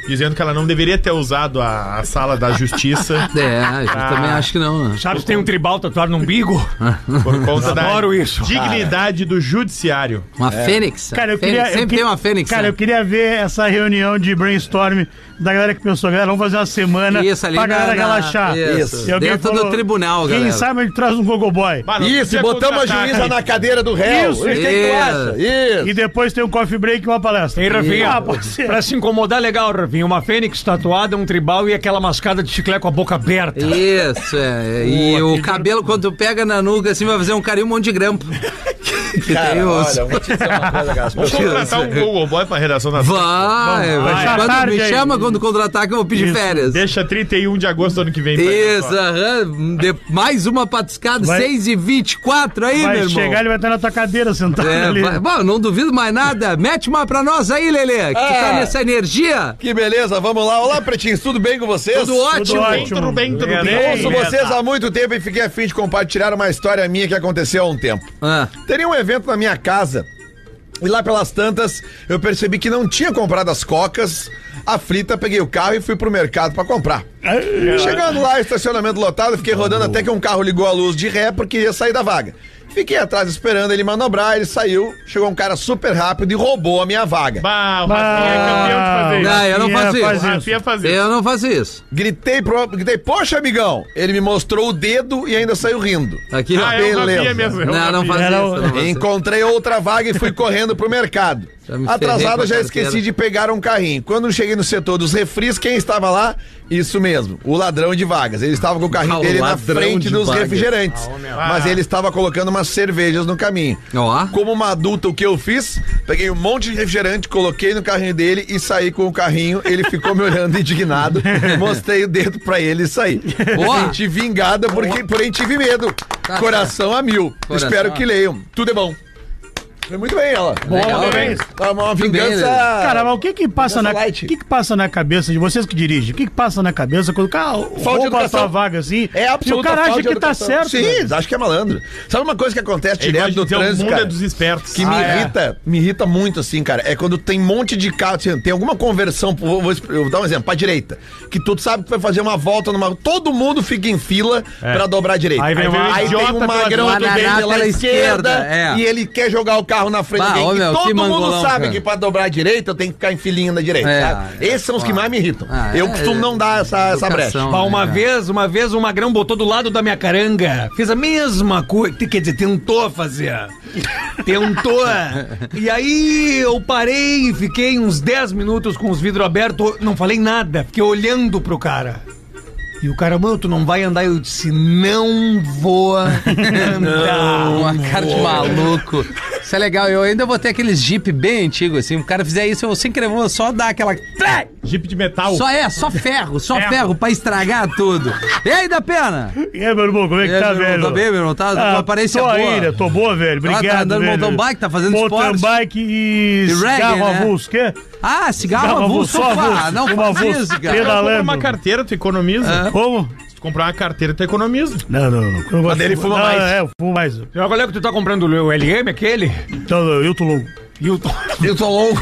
S8: dizendo que ela não deveria ter usado a, a sala da justiça
S3: É, eu
S4: Ah.
S3: também acho que não. né?
S9: Sabe se tem um tribal tatuado no umbigo?
S8: por conta da
S9: Adoro isso.
S8: dignidade do judiciário.
S3: Uma fênix.
S4: É. Cara, eu
S3: Fênix,
S4: queria. eu
S3: Sempre
S4: que-
S3: tem uma fênix.
S4: Cara,
S3: né?
S4: eu queria ver essa reunião de brainstorm da galera que pensou, galera, vamos fazer uma semana
S3: Isso, ali
S4: pra
S3: na-
S4: galera
S3: na-
S4: relaxar.
S3: isso.
S4: E alguém
S3: Dentro do tribunal,
S4: quem
S3: galera."
S4: Quem sabe ele traz um gogoboy.
S8: Mano,
S5: Isso,
S8: podia
S5: botamos a
S8: contratar,
S5: juíza
S8: cara.
S5: na cadeira do réu.
S4: Isso,
S5: Isso, isso.
S3: isso.
S5: Isso.
S4: E depois tem um coffee break e uma palestra.
S9: Hein, Rafinha?
S4: Ah, pode ser.
S9: pra se incomodar, legal, Rafinha. Uma fênix tatuada, um tribal e aquela mascada de chiclete com a boca aberta.
S3: Isso, é. E
S4: Boa,
S3: o
S4: que
S3: cabelo, quando pega na nuca, assim, vai fazer um carinho, um monte de grampo. que tem
S5: Cara,
S3: os...
S5: olha, vou te dizer uma coisa, cara. As
S8: Vamos
S5: pessoas-
S8: contratar um Google Boy pra redação da
S3: Vai, vai.
S4: vai.
S3: Quando
S4: Tarde
S3: me
S4: aí.
S3: chama quando contratar que eu vou pedir férias.
S8: Deixa 31 de agosto do ano que vem. pra
S3: Isso,
S8: gente,
S3: aham. De- mais uma patiscada,
S4: Vai-
S3: 6h24 aí, meu
S4: Vai
S3: irmão.
S4: chegar, ele vai estar na tua cadeira sentado
S3: É,
S4: ali.
S3: vai- bom, não duvido mais nada. Mete uma pra nós aí, Lelê, que tu tá
S5: Ah.
S3: nessa energia.
S5: Que beleza, vamos lá. Olá, pretinhos, tudo bem com vocês?
S3: Tudo ótimo.
S8: ó. Tudo bem, tudo bem.
S5: Ouço vocês há muito tempo e fiquei afim de compartilhar uma história minha que aconteceu há um tempo.
S3: Ah,
S5: Teria um evento na minha casa e lá pelas tantas eu percebi que não tinha comprado as cocas. Aflita, peguei o carro e fui pro mercado pra comprar. Chegando lá, estacionamento lotado, fiquei rodando até que um carro ligou a luz de ré porque ia sair da vaga. Fiquei atrás esperando ele manobrar, ele saiu, chegou um cara super rápido e roubou a minha vaga.
S8: Bah, o Rafinha é campeão de fazer isso.
S3: Não, Ah, eu
S4: é
S3: não faço isso.
S8: O Rafinha faz
S5: É,
S8: isso.
S3: eu não faço isso.
S5: Gritei pro, gritei, poxa, amigão! Ele me mostrou o dedo e ainda saiu rindo.
S3: Aqui, ó.
S8: Ah, é o Rafinha
S5: Beleza.
S8: mesmo. é o
S3: Não, não
S8: Rafinha.
S3: faço
S4: Era
S3: isso.
S4: o-
S3: Não faço isso.
S5: Encontrei outra vaga e fui correndo pro mercado.
S3: Já me ferrei com
S5: Atrasado,
S3: a
S5: já
S3: carteira.
S5: esqueci de pegar um carrinho. Quando cheguei no setor dos refris, quem estava lá? Isso mesmo, o ladrão de vagas. Ele estava com o
S3: Ah,
S5: carrinho
S3: o
S5: dele na
S3: ladrão
S5: frente
S3: de
S5: dos
S3: vagas. Ah,
S5: refrigerantes. mas ele estava colocando umas cervejas no caminho.
S3: Ó.
S5: Como uma adulta, o que eu fiz? Peguei um monte de refrigerante, coloquei no carrinho dele e saí com o carrinho. Ele ficou me olhando indignado. Mostrei o dedo pra ele e saí.
S3: Boa.
S5: Senti vingada porque, porém tive medo.
S3: Tá
S5: Coração a mil.
S3: Coração
S5: Espero
S3: a
S5: que leiam. Tudo é bom. Foi muito bem ela.
S3: Legal.
S4: Parabéns.
S5: É uma
S3: bem,
S5: vingança.
S3: né?
S4: Cara, mas o que que passa na,
S5: Dessa
S4: o
S5: light.
S4: que que passa na cabeça de vocês que dirigem? O que que passa na cabeça quando o cara rouba a
S5: educação.
S4: tua vaga assim?
S5: é
S4: E o
S5: absoluta
S4: cara acha
S5: falta de
S4: que tá
S5: educação.
S4: certo.
S5: Sim,
S4: né?
S5: acho que é malandro. Sabe uma coisa que acontece
S8: É igual a
S5: direto no
S8: gente dizer, o
S5: trânsito,
S8: mundo
S5: cara?
S8: é dos espertos.
S5: Que me irrita, me irrita muito, assim, cara. É quando tem um monte de carro, assim, tem alguma conversão, vou, vou, eu vou dar um exemplo, pra direita. Que tu sabe que vai fazer uma volta numa. Todo mundo fica em fila pra dobrar a direita.
S8: É. Aí vem um
S5: tem
S8: idiota
S5: um
S8: pela-
S5: magrão
S3: Lá
S5: do
S3: na-
S5: bem
S3: lá
S5: pela
S3: pela
S5: esquerda
S3: esquerda, é.
S5: e ele quer jogar o carro na frente
S3: Bah,
S5: de
S3: ô,
S5: alguém.
S3: meu,
S5: que
S3: que
S5: todo
S3: mangolão,
S5: mundo sabe
S3: cara.
S5: que pra dobrar a direita eu tenho que ficar em filinha na direita.
S3: É,
S5: sabe?
S3: é,
S5: Esses são os que mais me irritam.
S3: Ah,
S5: eu
S3: é,
S5: costumo não dar essa, essa brecha.
S3: educação,
S9: Pá,
S3: né,
S9: uma
S3: cara?
S9: vez, uma vez, o Magrão botou do lado da minha caranga. Fez a mesma coisa. Quer dizer, tentou fazer. Tentou. E aí eu parei, fiquei uns 10 minutos com os vidros abertos. Não falei nada. Fiquei olhando pro cara. E o cara, mano, tu não vai andar? Eu disse, não vou andar.
S3: Uma cara de maluco. Isso é legal. Eu ainda vou ter aqueles jeep bem antigos, assim. O cara fizer isso, eu sem querer vou só dar aquela. Tlé!
S8: Jeep de metal.
S3: Só é, só ferro, só ferro, pra estragar tudo. E aí, da pena?
S4: E aí, meu irmão, como é que
S3: E aí,
S4: tá,
S3: meu irmão,
S4: velho?
S3: tá bem, meu irmão? Tá com uma aparência
S4: Ah, tô
S3: boa.
S4: Aí, né? Tô boa, velho.
S3: Ah, tá
S4: Obrigado,
S3: andando
S4: velho.
S3: mountain bike, tá fazendo
S4: Mountain
S3: esporte.
S4: bike
S3: E
S4: e,
S3: reggae,
S4: cigarro
S3: né?
S4: avulso, quê?
S3: Ah, cigarro
S4: Cigarro
S3: avulso,
S4: avulso, só
S3: sofá.
S4: avulso,
S3: Não
S4: um
S3: faz
S4: avulso.
S3: isso, cara.
S4: Pela-
S8: Compra
S4: lembro.
S8: uma carteira, tu economiza.
S3: É.
S4: Como?
S8: Se tu comprar uma carteira, tu economiza.
S4: Não, não, não. Eu não gosto
S5: ele
S4: de
S5: fuma
S4: não,
S5: mais.
S4: É, eu fumo mais.
S9: Olha que tu tá comprando o LM, aquele?
S4: Então, eu tô louco.
S9: E o...
S5: Eu tô longo.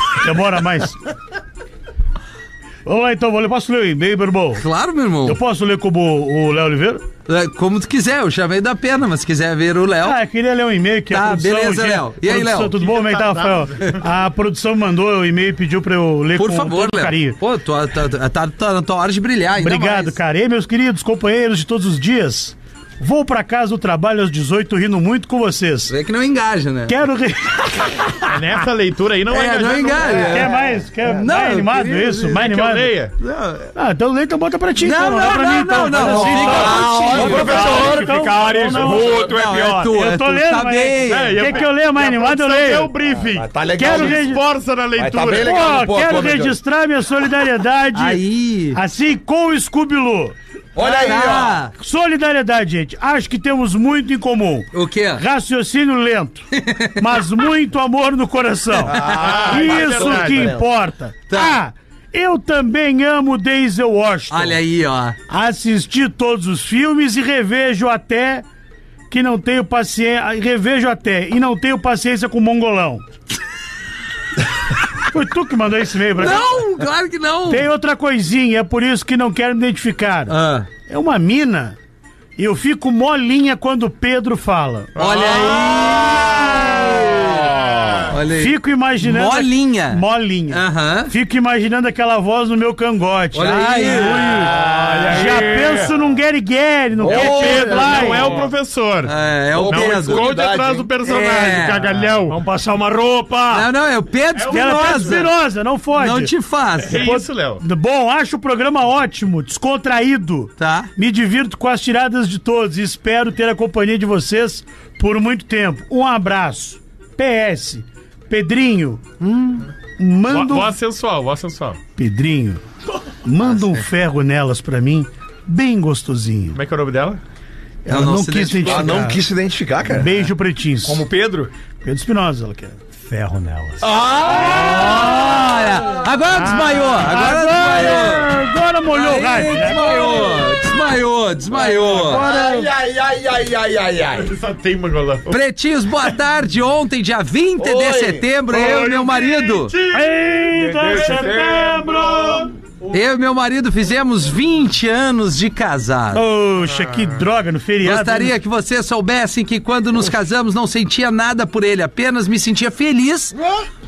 S4: Demora mais. Vamos lá, então. vou ler. Posso ler o e-mail, meu irmão?
S3: Claro, meu irmão.
S4: Eu posso ler como o Léo Oliveira?
S3: É, Como tu quiser, eu chamei da pena, mas se quiser ver o Léo.
S4: Ah, eu queria ler um e-mail que
S3: Então, Tá,
S4: a produção...
S3: beleza,
S4: gente-
S3: Léo. E aí,
S4: produção,
S3: Léo?
S4: Tudo bom? Como é que tá, Rafael? A produção mandou o e-mail e pediu pra eu ler
S3: Por
S4: com
S3: favor,
S4: todo
S3: Léo.
S4: carinho.
S3: Pô, tu, tá, tá, tá na tua hora de brilhar ainda
S4: Obrigado,
S3: mais.
S4: cara. E aí, meus queridos companheiros de todos os dias, vou pra casa do trabalho às 18 rindo muito com vocês.
S3: Vê que não engaja, né?
S4: Quero... re-
S8: Nessa leitura aí não
S3: É,
S8: vai engajar,
S3: não engaja.
S4: né? Quer
S3: É.
S4: mais? Quer
S3: Não, é
S4: mais
S3: eu
S4: animado
S3: queria-
S4: isso? Mais
S8: Que eu
S4: animado?
S8: leia.
S4: Ah, então leia, então bota pra ti.
S3: Não,
S4: então,
S3: não,
S4: dá pra
S3: não,
S4: mim, então.
S3: não,
S4: Faz
S3: não.
S4: assim,
S3: Fica
S4: então.
S3: contigo.
S4: Ô, professor, então. Não, assim. não.
S8: Ô, tu é
S3: Não,
S8: pior.
S3: tu, é
S4: Eu tô
S3: tu,
S4: lendo,
S3: tá
S4: mas-
S3: bem.
S8: É,
S4: Quer que eu leia mais
S8: e a
S4: animado? Eu
S8: produção
S4: leio.
S8: É o briefing.
S5: Tá legal.
S4: Quero
S5: né?
S4: ver-
S8: Força na leitura.
S5: Mas tá bem legal.
S4: Pô,
S5: Pô,
S4: quero
S5: pô, meu Deus.
S4: registrar minha solidariedade.
S3: Aí.
S4: Assim com o Scooby-Loo.
S5: Olha aí, ó.
S3: Ah,
S4: Solidariedade, gente. Acho que temos muito em comum.
S3: o quê?
S4: Raciocínio lento, mas muito amor no coração.
S5: Ah,
S4: Isso
S5: verdade,
S4: que
S5: Leandro.
S4: importa.
S3: Tá.
S4: Ah, eu também amo Denzel Washington.
S3: Olha aí, ó.
S4: Assisti todos os filmes e revejo até que não tenho ah, paciência. Revejo até e não tenho paciência com o mongolão. Foi tu que mandou esse e-mail pra cá.
S3: Não, claro que não.
S4: Tem outra coisinha, é por isso que não quero me identificar.
S3: Ah,
S4: É uma mina. E eu fico molinha quando o Pedro fala.
S3: olha aí. Olha aí.
S4: Fico
S3: né,
S4: imaginando.
S3: Molinha.
S4: Molinha.
S3: Aham.
S4: Fico imaginando aquela voz no meu cangote.
S3: Olha aí.
S4: Já penso num Gary Gary, no
S8: É Pedro,
S3: né?
S4: Vai.
S8: não é o professor.
S3: É, é o
S8: Não
S3: Pedro.
S8: esconde atrás do personagem,
S3: É.
S8: cagalhão.
S4: Vamos passar uma roupa.
S3: Não, não, é o Pedro
S4: Ela tá
S3: Espinosa.
S4: Espinosa, não fode.
S3: Não te faça.
S8: Que isso, Léo?
S4: Bom, acho o programa ótimo, descontraído.
S3: Tá.
S4: Me divirto com as tiradas de todos e espero ter a companhia de vocês por muito tempo. Um abraço. PS. Pedrinho.
S3: Hum.
S8: Vó
S4: Manda um...
S8: vó sensual, vó sensual.
S4: Pedrinho. Manda um ferro nelas pra mim. Bem gostosinho.
S8: Como é que é o nome dela?
S4: Ela
S3: não
S4: não,
S3: se
S4: quis identificar.
S10: Ah, não quis se identificar, cara.
S4: Beijo, pretinhos.
S11: Como Pedro?
S4: Pedro Espinosa, ela quer. Ferro nelas.
S3: Olha, agora desmaiou. Agora desmaiou.
S4: Agora, agora molhou o rádio.
S3: Aí,
S4: né?
S3: Desmaiou, desmaiou, desmaiou.
S10: Ai, ai, ai, ai, ai, ai, ai.
S8: Só tem uma golão.
S3: Pretinhos, boa tarde. Ontem, dia 20 de
S10: Oi.
S3: setembro, eu e meu marido.
S4: Eita, setembro!
S3: Eu e meu marido fizemos 20 anos de casado.
S4: Poxa, que droga, no feriado.
S3: Gostaria que vocês soubessem que quando nos casamos não sentia nada por ele, apenas me sentia feliz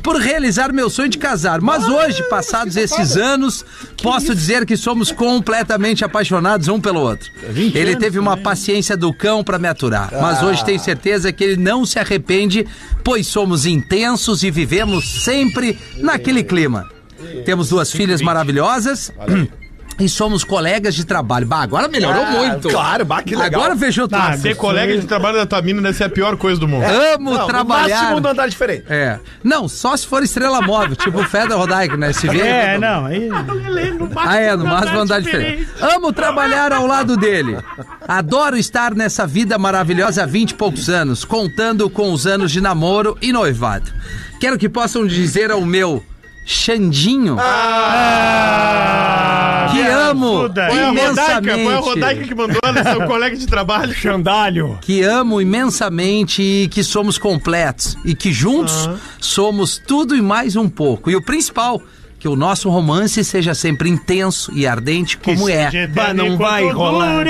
S3: por realizar meu sonho de casar. Mas hoje, passados esses anos, posso dizer que somos completamente apaixonados um pelo outro. Ele teve uma paciência do cão pra me aturar, mas hoje tenho certeza que ele não se arrepende, pois somos intensos e vivemos sempre naquele clima. Temos duas filhas maravilhosas. E somos colegas de trabalho. Bah, agora
S5: Ah,
S3: melhorou muito.
S10: Claro, bah, que legal.
S3: Agora fechou tudo.
S4: Ah,
S8: Ser colega de trabalho da tua mina deve ser a pior coisa do mundo.
S3: Amo
S10: no
S3: trabalhar.
S10: máximo do andar diferente.
S3: É. Não, só se for estrela móvel, tipo o Feder Rodaico, né? Se vê.
S4: É, não, aí.
S3: Ah, é, no máximo andar diferente. Amo trabalhar ao lado dele. Adoro estar nessa vida maravilhosa há 20 e poucos anos, contando com os anos de namoro e noivado. Quero que possam dizer ao meu Xandinho que amo
S4: ajuda. Põe
S8: Ah! Foi a Rodaica,
S3: imensamente.
S8: foi a Rodaica que mandou ela, seu colega de trabalho.
S9: Chandalho.
S3: que amo imensamente e que somos completos e que juntos somos tudo e mais um pouco. E o principal, que o nosso romance seja sempre intenso e ardente como é.
S9: Bah, não vai rolar.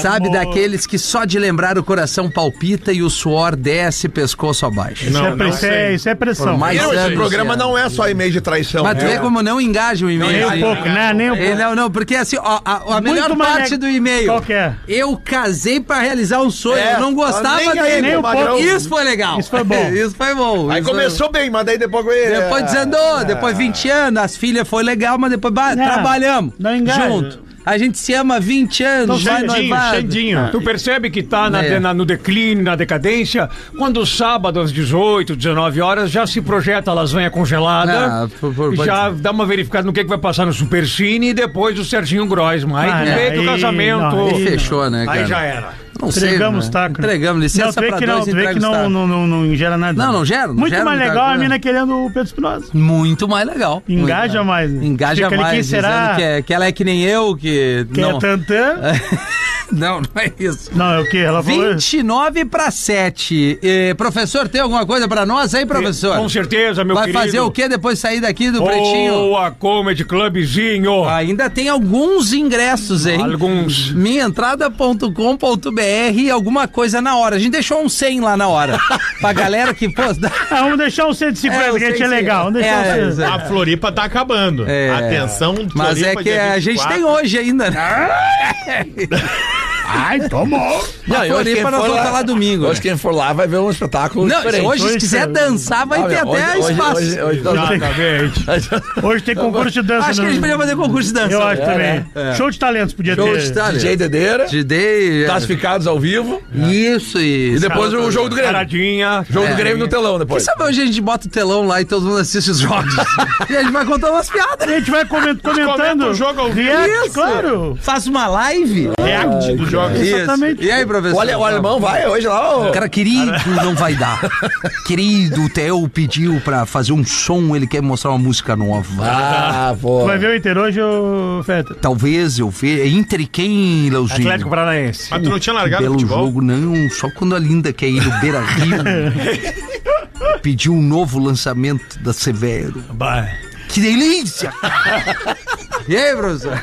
S3: Sabe daqueles que só de lembrar o coração palpita e o suor desce pescoço abaixo.
S4: Isso, é
S8: Não, não
S4: pressão,
S8: sei.
S4: isso é pressão.
S3: Por mais
S10: Não,
S3: anos,
S10: esse programa
S3: é.
S10: não é só e-mail de traição.
S3: Mas tu vê
S10: É.
S3: como não engaja o
S4: Nem
S3: e-mail.
S4: um
S3: né?
S4: pouco, né? Nem um
S3: É,
S4: pouco.
S3: não, não, porque assim, ó, a, a
S4: Muito
S3: melhor
S4: mais
S3: parte
S4: neg-
S3: do e-mail.
S4: Qual que é?
S3: Eu casei pra realizar um sonho,
S10: É,
S3: eu não gostava
S10: nem aí,
S3: dele. né?
S10: nem um pouco.
S3: Isso foi legal.
S4: Isso foi bom.
S3: Isso foi bom.
S10: Aí
S3: Isso foi-
S10: começou bem, mas daí depois.
S5: é.
S3: Depois desandou, depois 20 anos, as filhas foi legal, mas depois bah, trabalhamos.
S4: não engaja.
S3: Junto. A gente se ama há 20 anos, vai
S8: Xandinho,
S3: noivado.
S8: Xandinho.
S9: Tu percebe que tá na,
S3: É.
S9: na- no declínio, na decadência, quando sábado às 18, 19 horas já se projeta a lasanha congelada,
S3: Ah, por- por- pode
S9: já dá uma verificada no que, que vai passar no Supercine e depois o Serginho Grossman. Aí
S4: Ah,
S9: no meio do
S4: aí,
S9: casamento.
S4: não,
S3: Aí fechou, né, cara?
S9: Aí já era.
S3: Não sei,
S4: Entregamos
S3: né?
S4: taco. né?
S3: Entregamos,
S4: não, tu
S3: licença
S4: vê
S3: pra
S4: que
S3: dois,
S4: não, tu vê que
S3: entrega os
S4: não,
S3: tacos.
S4: não, não, não gera nada.
S3: Não, não gera, não
S4: Muito
S3: gera
S4: mais
S3: muita
S4: legal é a
S3: coisa.
S4: mina querendo o Pedro Espinosa.
S3: Muito mais legal.
S4: Engaja
S3: Muito
S4: mais, né?
S3: Engaja
S4: Fica ali,
S3: mais.
S4: quem será?
S3: dizendo Que, é- que ela é que nem eu, que...
S4: Que
S3: não.
S4: é tantã.
S3: não, não é isso.
S4: Não, é o quê? Ela falou.
S3: 29 para 7. Eh, professor, tem alguma coisa pra nós aí, professor?
S9: Com certeza, meu
S3: Vai
S9: querido.
S3: fazer o quê depois de sair daqui do Pretinho?
S9: Boa Comedy Clubzinho.
S3: Ainda tem alguns ingressos, hein? né?
S9: Alguns.
S3: Minhaentrada.com.br e alguma coisa na hora. A gente deixou um 100 lá na hora. pra galera que, pô, dá-
S4: Ah, vamos deixar um 150,
S3: É, eu
S4: que a gente
S3: sei
S4: é
S3: que-
S4: legal. Vamos deixar
S3: É,
S4: um 150.
S8: A Floripa tá acabando.
S3: É.
S8: Atenção, Floripa
S3: Mas é que
S8: dia
S3: a gente
S8: 24.
S3: tem hoje ainda. né?
S4: Ah,
S10: Ai, tomou!
S3: A Floripa nós vamos falar domingo.
S5: Hoje quem for lá vai ver um espetáculo
S3: Não,
S5: diferente.
S3: hoje se
S4: Hoje
S3: quiser
S4: tem-
S3: dançar, vai
S5: Ah,
S3: ter
S5: meu,
S3: até
S5: hoje-
S3: espaço.
S5: Hoje, hoje, hoje,
S9: Exatamente.
S4: Hoje tem concurso de dança.
S3: Tá Acho que a gente
S4: no-
S3: podia fazer concurso de dança.
S4: Eu acho é. também.
S3: É.
S4: Show de talentos podia
S3: Show
S4: ter.
S3: de talento.
S5: DJ Dedeira,
S3: Te dei. é.
S5: classificados ao vivo.
S3: Isso e.
S5: E depois o jogo do Grêmio.
S9: Paradinha.
S5: Jogo
S3: tá É.
S5: do Grêmio no telão depois.
S3: Sabe hoje a gente bota o telão lá e todo mundo assiste os jogos? e a gente vai contar umas
S4: A
S3: piadas.
S4: gente vai comen- comentando.
S8: Comenta o jogo ao vivo.
S4: React,
S3: Isso.
S4: claro.
S3: Faz uma live. um
S8: React dos jogos.
S4: Exatamente.
S3: Isso. E aí, professor?
S5: Olha, o alemão vai hoje lá. ô.
S3: Cara, querido, não vai dar. Querido, o Theo pediu pra fazer um som, ele quer mostrar uma música nova.
S5: Ah, pô.
S4: Vai ver o Inter hoje, ô Feta.
S3: Talvez eu veja. Entre quem, Leozinho?
S9: Atlético Paranaense.
S8: Mas tu não tinha largado o
S3: Belo
S8: futebol?
S3: jogo, não. Só quando a Linda quer ir no Beira Rio. Pediu um novo lançamento da Severo. Que delícia! e aí, professor?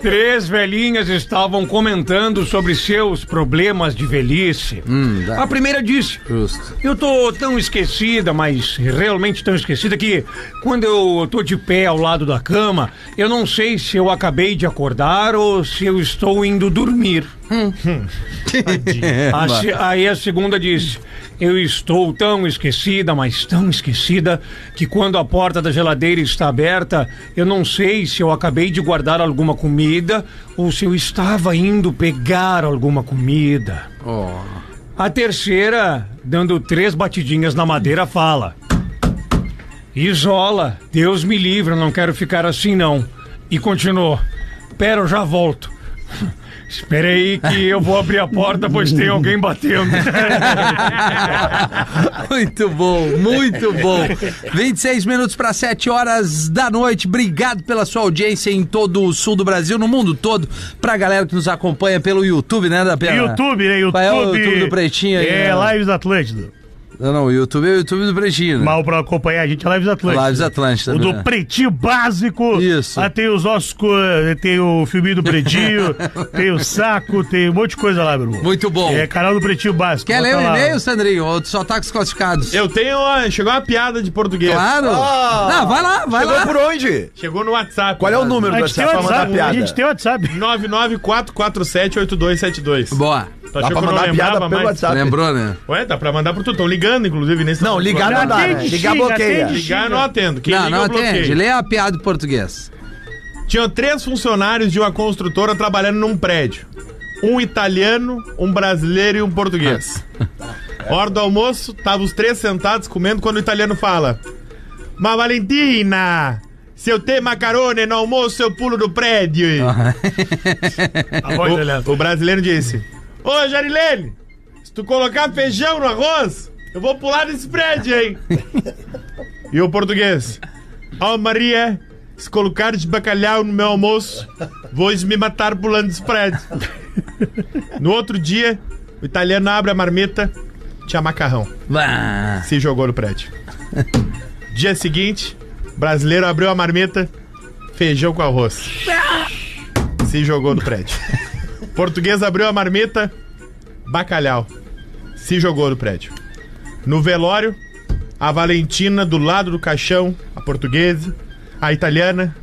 S9: Três velhinhas estavam comentando sobre seus problemas de velhice.
S3: Hum, dá.
S9: A primeira disse:
S3: Justo.
S9: Eu tô tão esquecida, mas realmente tão esquecida que quando eu tô de pé ao lado da cama, eu não sei se eu acabei de acordar ou se eu estou indo dormir. A se- aí a segunda disse: Eu estou tão esquecida, mas tão esquecida, que quando a porta da geladeira está aberta, eu não sei se eu acabei de guardar alguma comida ou se eu estava indo pegar alguma comida. A terceira, dando três batidinhas na madeira, fala: Isola, Deus me livre, eu não quero ficar assim não. E continuou: Pera, eu já volto. Espera aí que eu vou abrir a porta, pois tem alguém batendo.
S3: Muito bom, muito bom. 26 minutos para 7 horas da noite. Obrigado pela sua audiência em todo o sul do Brasil, no mundo todo. Pra galera que nos acompanha pelo YouTube, né, da Pena?
S4: YouTube, né? YouTube.
S3: Qual é o YouTube do Pretinho aí,
S4: É,
S3: né?
S4: Lives Atlântida.
S3: Não, não, o YouTube é o YouTube do Pretinho. né?
S4: Mal pra acompanhar a gente é Lives Atlântida.
S3: Lives Atlântida,
S4: O do
S3: né?
S4: Pretinho Básico.
S3: Isso.
S4: Ah, tem os nossos. co- Tem o filminho do Pretinho, tem o saco, tem um monte de coisa lá, meu irmão.
S3: Muito bom.
S4: É canal do Pretinho Básico.
S3: Quer
S4: bota
S3: ler o
S4: tá lá.
S3: e-mail, Sandrinho? Ou tu só tá com os classificados?
S8: Eu tenho. ó, chegou uma piada de português.
S3: Claro. não, vai lá, vai
S5: Chegou
S3: lá.
S5: por onde?
S8: Chegou no WhatsApp. Tá.
S5: Qual é o
S8: Mas-
S5: número
S4: A
S5: do
S4: gente tem
S5: WhatsApp pra mandar
S4: WhatsApp. A
S5: piada?
S4: gente tem WhatsApp.
S8: 994478272.
S3: Boa.
S8: Tu
S5: Dá
S8: achou
S5: pra
S8: que eu Tá não
S5: mandar piada
S8: lembrava
S5: pelo
S8: mais?
S5: WhatsApp.
S3: Lembrou, né?
S8: Ué, dá pra mandar pro tu. Estão ligando, inclusive, nesse
S5: Não, ligar não dá. né?
S4: Atende,
S5: Ligar
S4: xinga,
S5: bloqueia.
S4: atende.
S8: é. Ligar eu não atendo. Quem
S3: não,
S8: liga,
S3: não
S8: eu bloqueio.
S3: atende. Lê a piada em português.
S8: Tinha três funcionários de uma construtora trabalhando num prédio. Um italiano, um brasileiro e um português. Hora do almoço, estavam os três sentados comendo quando o italiano fala: Ma Valentina, se eu ter macarone no almoço, eu pulo do prédio.
S4: A voz dela.
S8: O, o brasileiro disse: Ô Jarilene, se tu colocar feijão no arroz, eu vou pular desse prédio, hein? e o português: Ó Maria, se colocares bacalhau no meu almoço, vou me matar pulando desse prédio. no outro dia, o italiano abre a marmita, tinha macarrão.
S3: Bah.
S8: Se jogou no prédio. dia seguinte, brasileiro abriu a marmita, feijão com arroz. Se jogou no prédio. Português abriu a marmita, bacalhau. Se jogou no prédio. No velório, a Valentina do lado do caixão, a portuguesa, a italiana,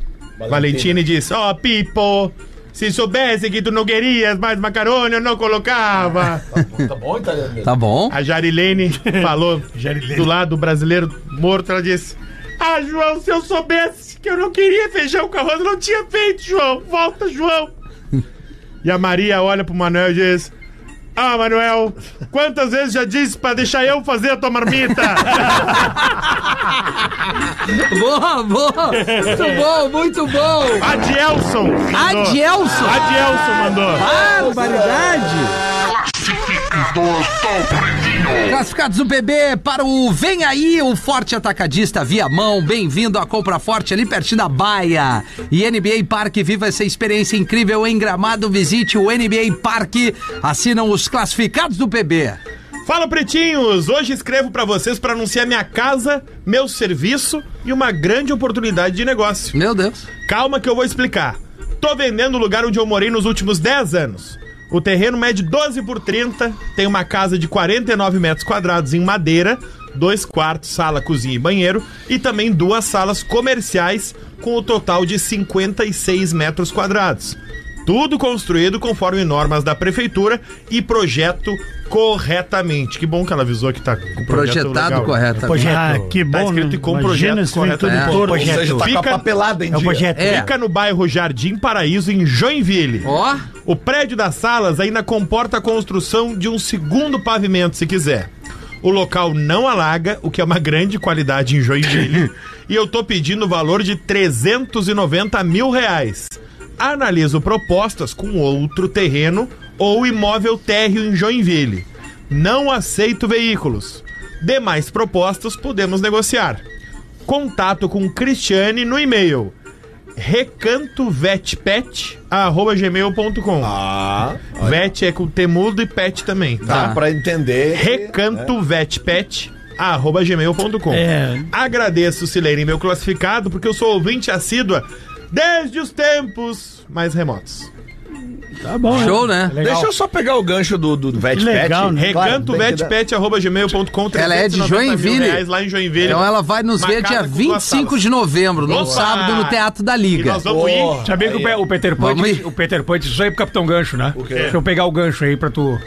S8: Valentina, e disse: Ó, Pipo, se soubesse que tu não querias mais macarone, eu não colocava.
S3: Tá bom?
S8: A Jarilene falou do lado brasileiro morto, ela disse: Ah, João, se eu soubesse que eu não queria feijão com arroz, eu não tinha feito, João. Volta, João. e a Maria olha pro Manuel e diz: Ah, Manuel, quantas vezes já disse pra deixar eu fazer a tua marmita?
S3: Boa, boa. Muito bom, muito bom.
S8: Adielson!
S3: Adielson.
S8: Adielson mandou.
S3: Barbaridade! Classificados do PB para o Vem Aí, o Forte Atacadista Viamão. Bem-vindo à Compra Forte, ali pertinho da Baia. E NBA Parque, viva essa experiência incrível em Gramado. Visite o NBA Parque. Assinam os classificados do PB.
S8: Fala, pretinhos! Hoje escrevo pra vocês pra anunciar minha casa, meu serviço e uma grande oportunidade de negócio.
S3: Meu Deus.
S8: Calma que eu vou explicar. Tô vendendo o lugar onde eu morei nos últimos 10 anos. O terreno mede 12 por 30, tem uma casa de 49 metros quadrados em madeira, dois quartos, sala, cozinha e banheiro, e também duas salas comerciais com o total de 56 metros quadrados. Tudo construído conforme normas da prefeitura e projeto corretamente. Que bom que ela avisou que tá com o projeto
S3: Projetado
S8: legal.
S3: corretamente.
S4: Ah, que bom.
S8: Tá escrito
S4: né?
S8: com
S4: Imagina
S8: projeto
S4: esse filme
S8: correto.
S4: todo
S8: É.
S4: torto.
S5: Ou seja, tá com a
S8: Fica-
S5: papelada em dia.
S3: É.
S8: Fica no bairro Jardim Paraíso, em Joinville.
S3: Ó,
S8: O prédio das salas ainda comporta a construção de um segundo pavimento, se quiser. O local não alaga, o que é uma grande qualidade em Joinville. e eu tô pedindo o valor de 390 mil reais. Analiso propostas com outro terreno ou imóvel térreo em Joinville. Não aceito veículos. Demais propostas podemos negociar. Contato com Cristiane no e-mail recantovetpet.gmail.com
S5: Ah,
S8: Vet é com temudo e pet também,
S5: dá
S8: tá?
S5: pra entender.
S8: Recantovetpet arroba gmail.com.
S4: É.
S8: Agradeço, Silene, meu classificado, porque eu sou ouvinte assídua desde os tempos mais remotos.
S4: Tá bom.
S3: Show, né?
S5: Deixa eu só pegar o gancho do, do Vet
S4: Que legal,
S5: Pet.
S4: né?
S8: Recanto
S5: Claro, bem que dá.
S8: vetpet.gmail.com
S3: Ela é de
S8: 390 mil
S3: Joinville.
S8: reais lá em Joinville.
S3: Então ela vai nos ver
S8: Marcada
S3: dia
S8: com duas
S3: 25
S8: salas.
S3: de novembro, no
S8: Opa!
S3: sábado, no Teatro da
S8: E
S3: Liga.
S8: nós vamos ir.
S9: Sabia que o, Pe- o Peter Pan,
S3: Vamos
S9: disse-
S3: aí.
S9: o Peter Pan disse isso aí pro Capitão Gancho, né? Deixa eu pegar o gancho aí pra tu.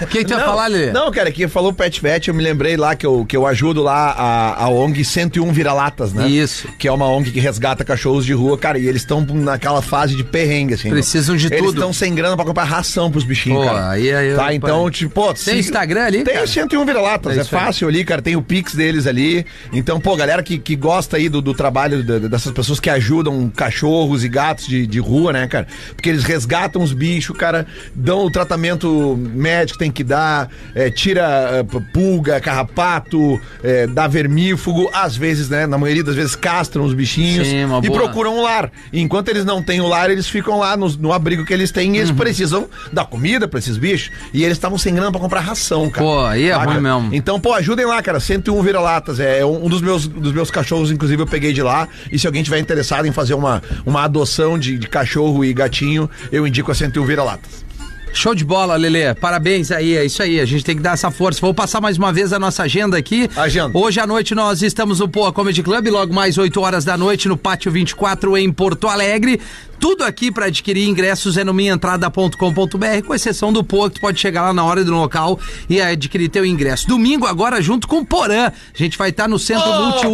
S3: O que, que tu ia falar, Lelê?
S5: Não, cara, que falou Pet Vet, eu me lembrei lá que eu, que eu ajudo lá a, a ONG 101 Vira-Latas, né?
S3: Isso.
S5: Que é uma ONG que resgata cachorros de rua, cara, e eles estão naquela fase de perrengue, assim.
S3: Precisam de
S5: eles
S3: tudo.
S5: Eles estão sem grana pra comprar ração pros bichinhos,
S3: Pô,
S5: cara.
S3: aí- aí eu-
S5: tá, então, tipo, pô,
S3: Tem
S5: se-
S3: Instagram ali?
S5: Tem
S3: cara?
S5: 101 Vira-Latas,
S3: É
S5: é,
S3: isso aí.
S5: fácil ali, cara, tem o Pix deles ali. Então, pô, galera que, que gosta aí do, do trabalho da- dessas pessoas que ajudam cachorros e gatos de, de rua, né, cara? Porque eles resgatam os bichos, cara, dão o tratamento médico que tem que dar, é, tira é, p- pulga, carrapato, é, dá vermífugo, às vezes, né, na maioria das vezes castram os bichinhos
S3: Sim, uma
S5: e
S3: boa.
S5: procuram um lar. E enquanto eles não têm o lar, eles ficam lá nos- no, abrigo que eles têm e
S3: Uhum.
S5: eles precisam dar comida pra esses bichos. E eles estavam sem grana pra comprar ração, cara.
S3: Pô, aí é
S5: Saca?
S3: ruim mesmo.
S5: Então, pô, ajudem lá, cara. 101 vira-latas. É um um dos meus, dos meus cachorros, inclusive, eu peguei de lá. E se alguém tiver interessado em fazer uma, uma adoção de, de cachorro e gatinho, eu indico a 101 vira-latas.
S3: Show de bola, Lelê. Parabéns aí, é isso aí. A gente tem que dar essa força. Vou passar mais uma vez a nossa agenda aqui.
S5: Agenda.
S3: Hoje à noite nós estamos no Poa Comedy Club, logo mais 8 horas da noite no Pátio 24 em Porto Alegre. Tudo aqui para adquirir ingressos é no minhaentrada.com.br, com exceção do Poa, que tu pode chegar lá na hora do local e adquirir teu ingresso. Domingo agora junto com o Porã. A gente vai estar no Centro Multiuso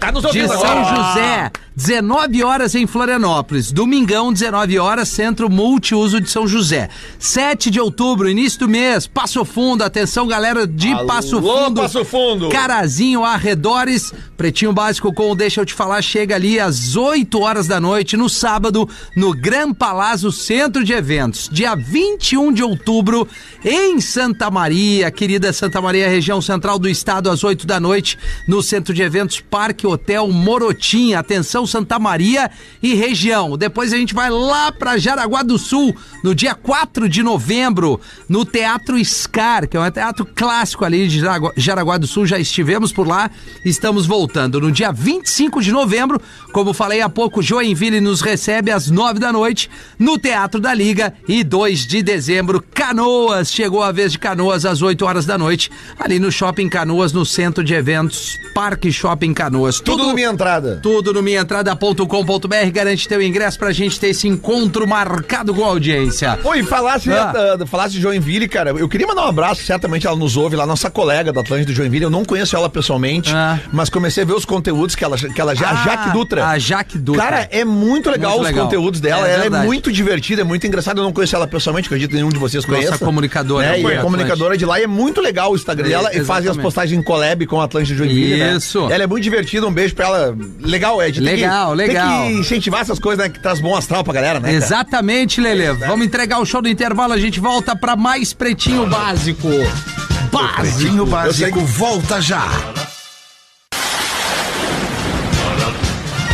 S12: tá nos
S3: de
S12: ouvindo
S3: São
S12: agora.
S3: José, 19 horas em Florianópolis. Domingão, 19 horas, Centro Multiuso de São José. 7 de outubro, início do mês, Passo Fundo. Atenção, galera de Passo Fundo.
S5: Passo Fundo.
S3: Carazinho, arredores. Pretinho Básico com o Deixa Eu Te Falar chega ali às 8 horas da noite, no sábado, no Gran Palazzo Centro de Eventos. Dia 21 de outubro, em Santa Maria, querida Santa Maria, região central do estado, às 8 da noite, no Centro de Eventos Parque Hotel Morotim. Atenção, Santa Maria e região. Depois a gente vai lá para Jaraguá do Sul, no dia 4 de novembro, no Teatro Scar, que é um teatro clássico ali de Jaraguá, Jaraguá do Sul. Já estivemos por lá, estamos voltando. No dia 25 de novembro, como falei há pouco, Joinville nos recebe às 9 da noite no Teatro da Liga. E 2 de dezembro, Canoas. Chegou a vez de Canoas às 8 horas da noite, ali no Shopping Canoas, no Centro de Eventos, Parque Shopping Canoas.
S5: Tudo na minha entrada.
S3: Tudo no minhaentrada.com.br garante teu ingresso pra gente ter esse encontro marcado com a audiência.
S5: Pô, e falasse,
S3: Ah.
S5: ah, falasse de Joinville, cara, eu queria mandar um abraço, certamente ela nos ouve lá, nossa colega da Atlântida de Joinville, eu não conheço ela pessoalmente,
S3: Ah.
S5: mas comecei a ver os conteúdos que ela, que ela já,
S3: Ah,
S5: a Jaque Dutra.
S3: a Jaque Dutra.
S5: Cara, é muito legal
S3: Muito
S5: os
S3: legal.
S5: conteúdos dela,
S3: É
S5: ela
S3: verdade.
S5: é muito divertida, é muito engraçada, eu não conheço ela pessoalmente, acredito que nenhum de vocês
S3: Nossa
S5: conheça.
S3: comunicadora,
S5: Né?
S3: né,
S5: E
S3: Atlântida.
S5: é comunicadora de lá e é muito legal o Instagram
S3: É,
S5: dela e faz as
S3: exatamente.
S5: postagens em collab com a Atlântida de Joinville, né?
S3: Isso.
S5: Ela é muito divertida, um beijo pra ela. Legal, Ed. tem que-
S3: Legal, legal.
S5: Tem que incentivar essas coisas, né, que traz bom astral pra galera, né? cara?
S3: Exatamente, Lele. Vamos entregar o show do intervalo, a gente volta pra mais Pretinho Básico. Básico.
S1: Pretinho
S5: Eu
S1: Básico volta já.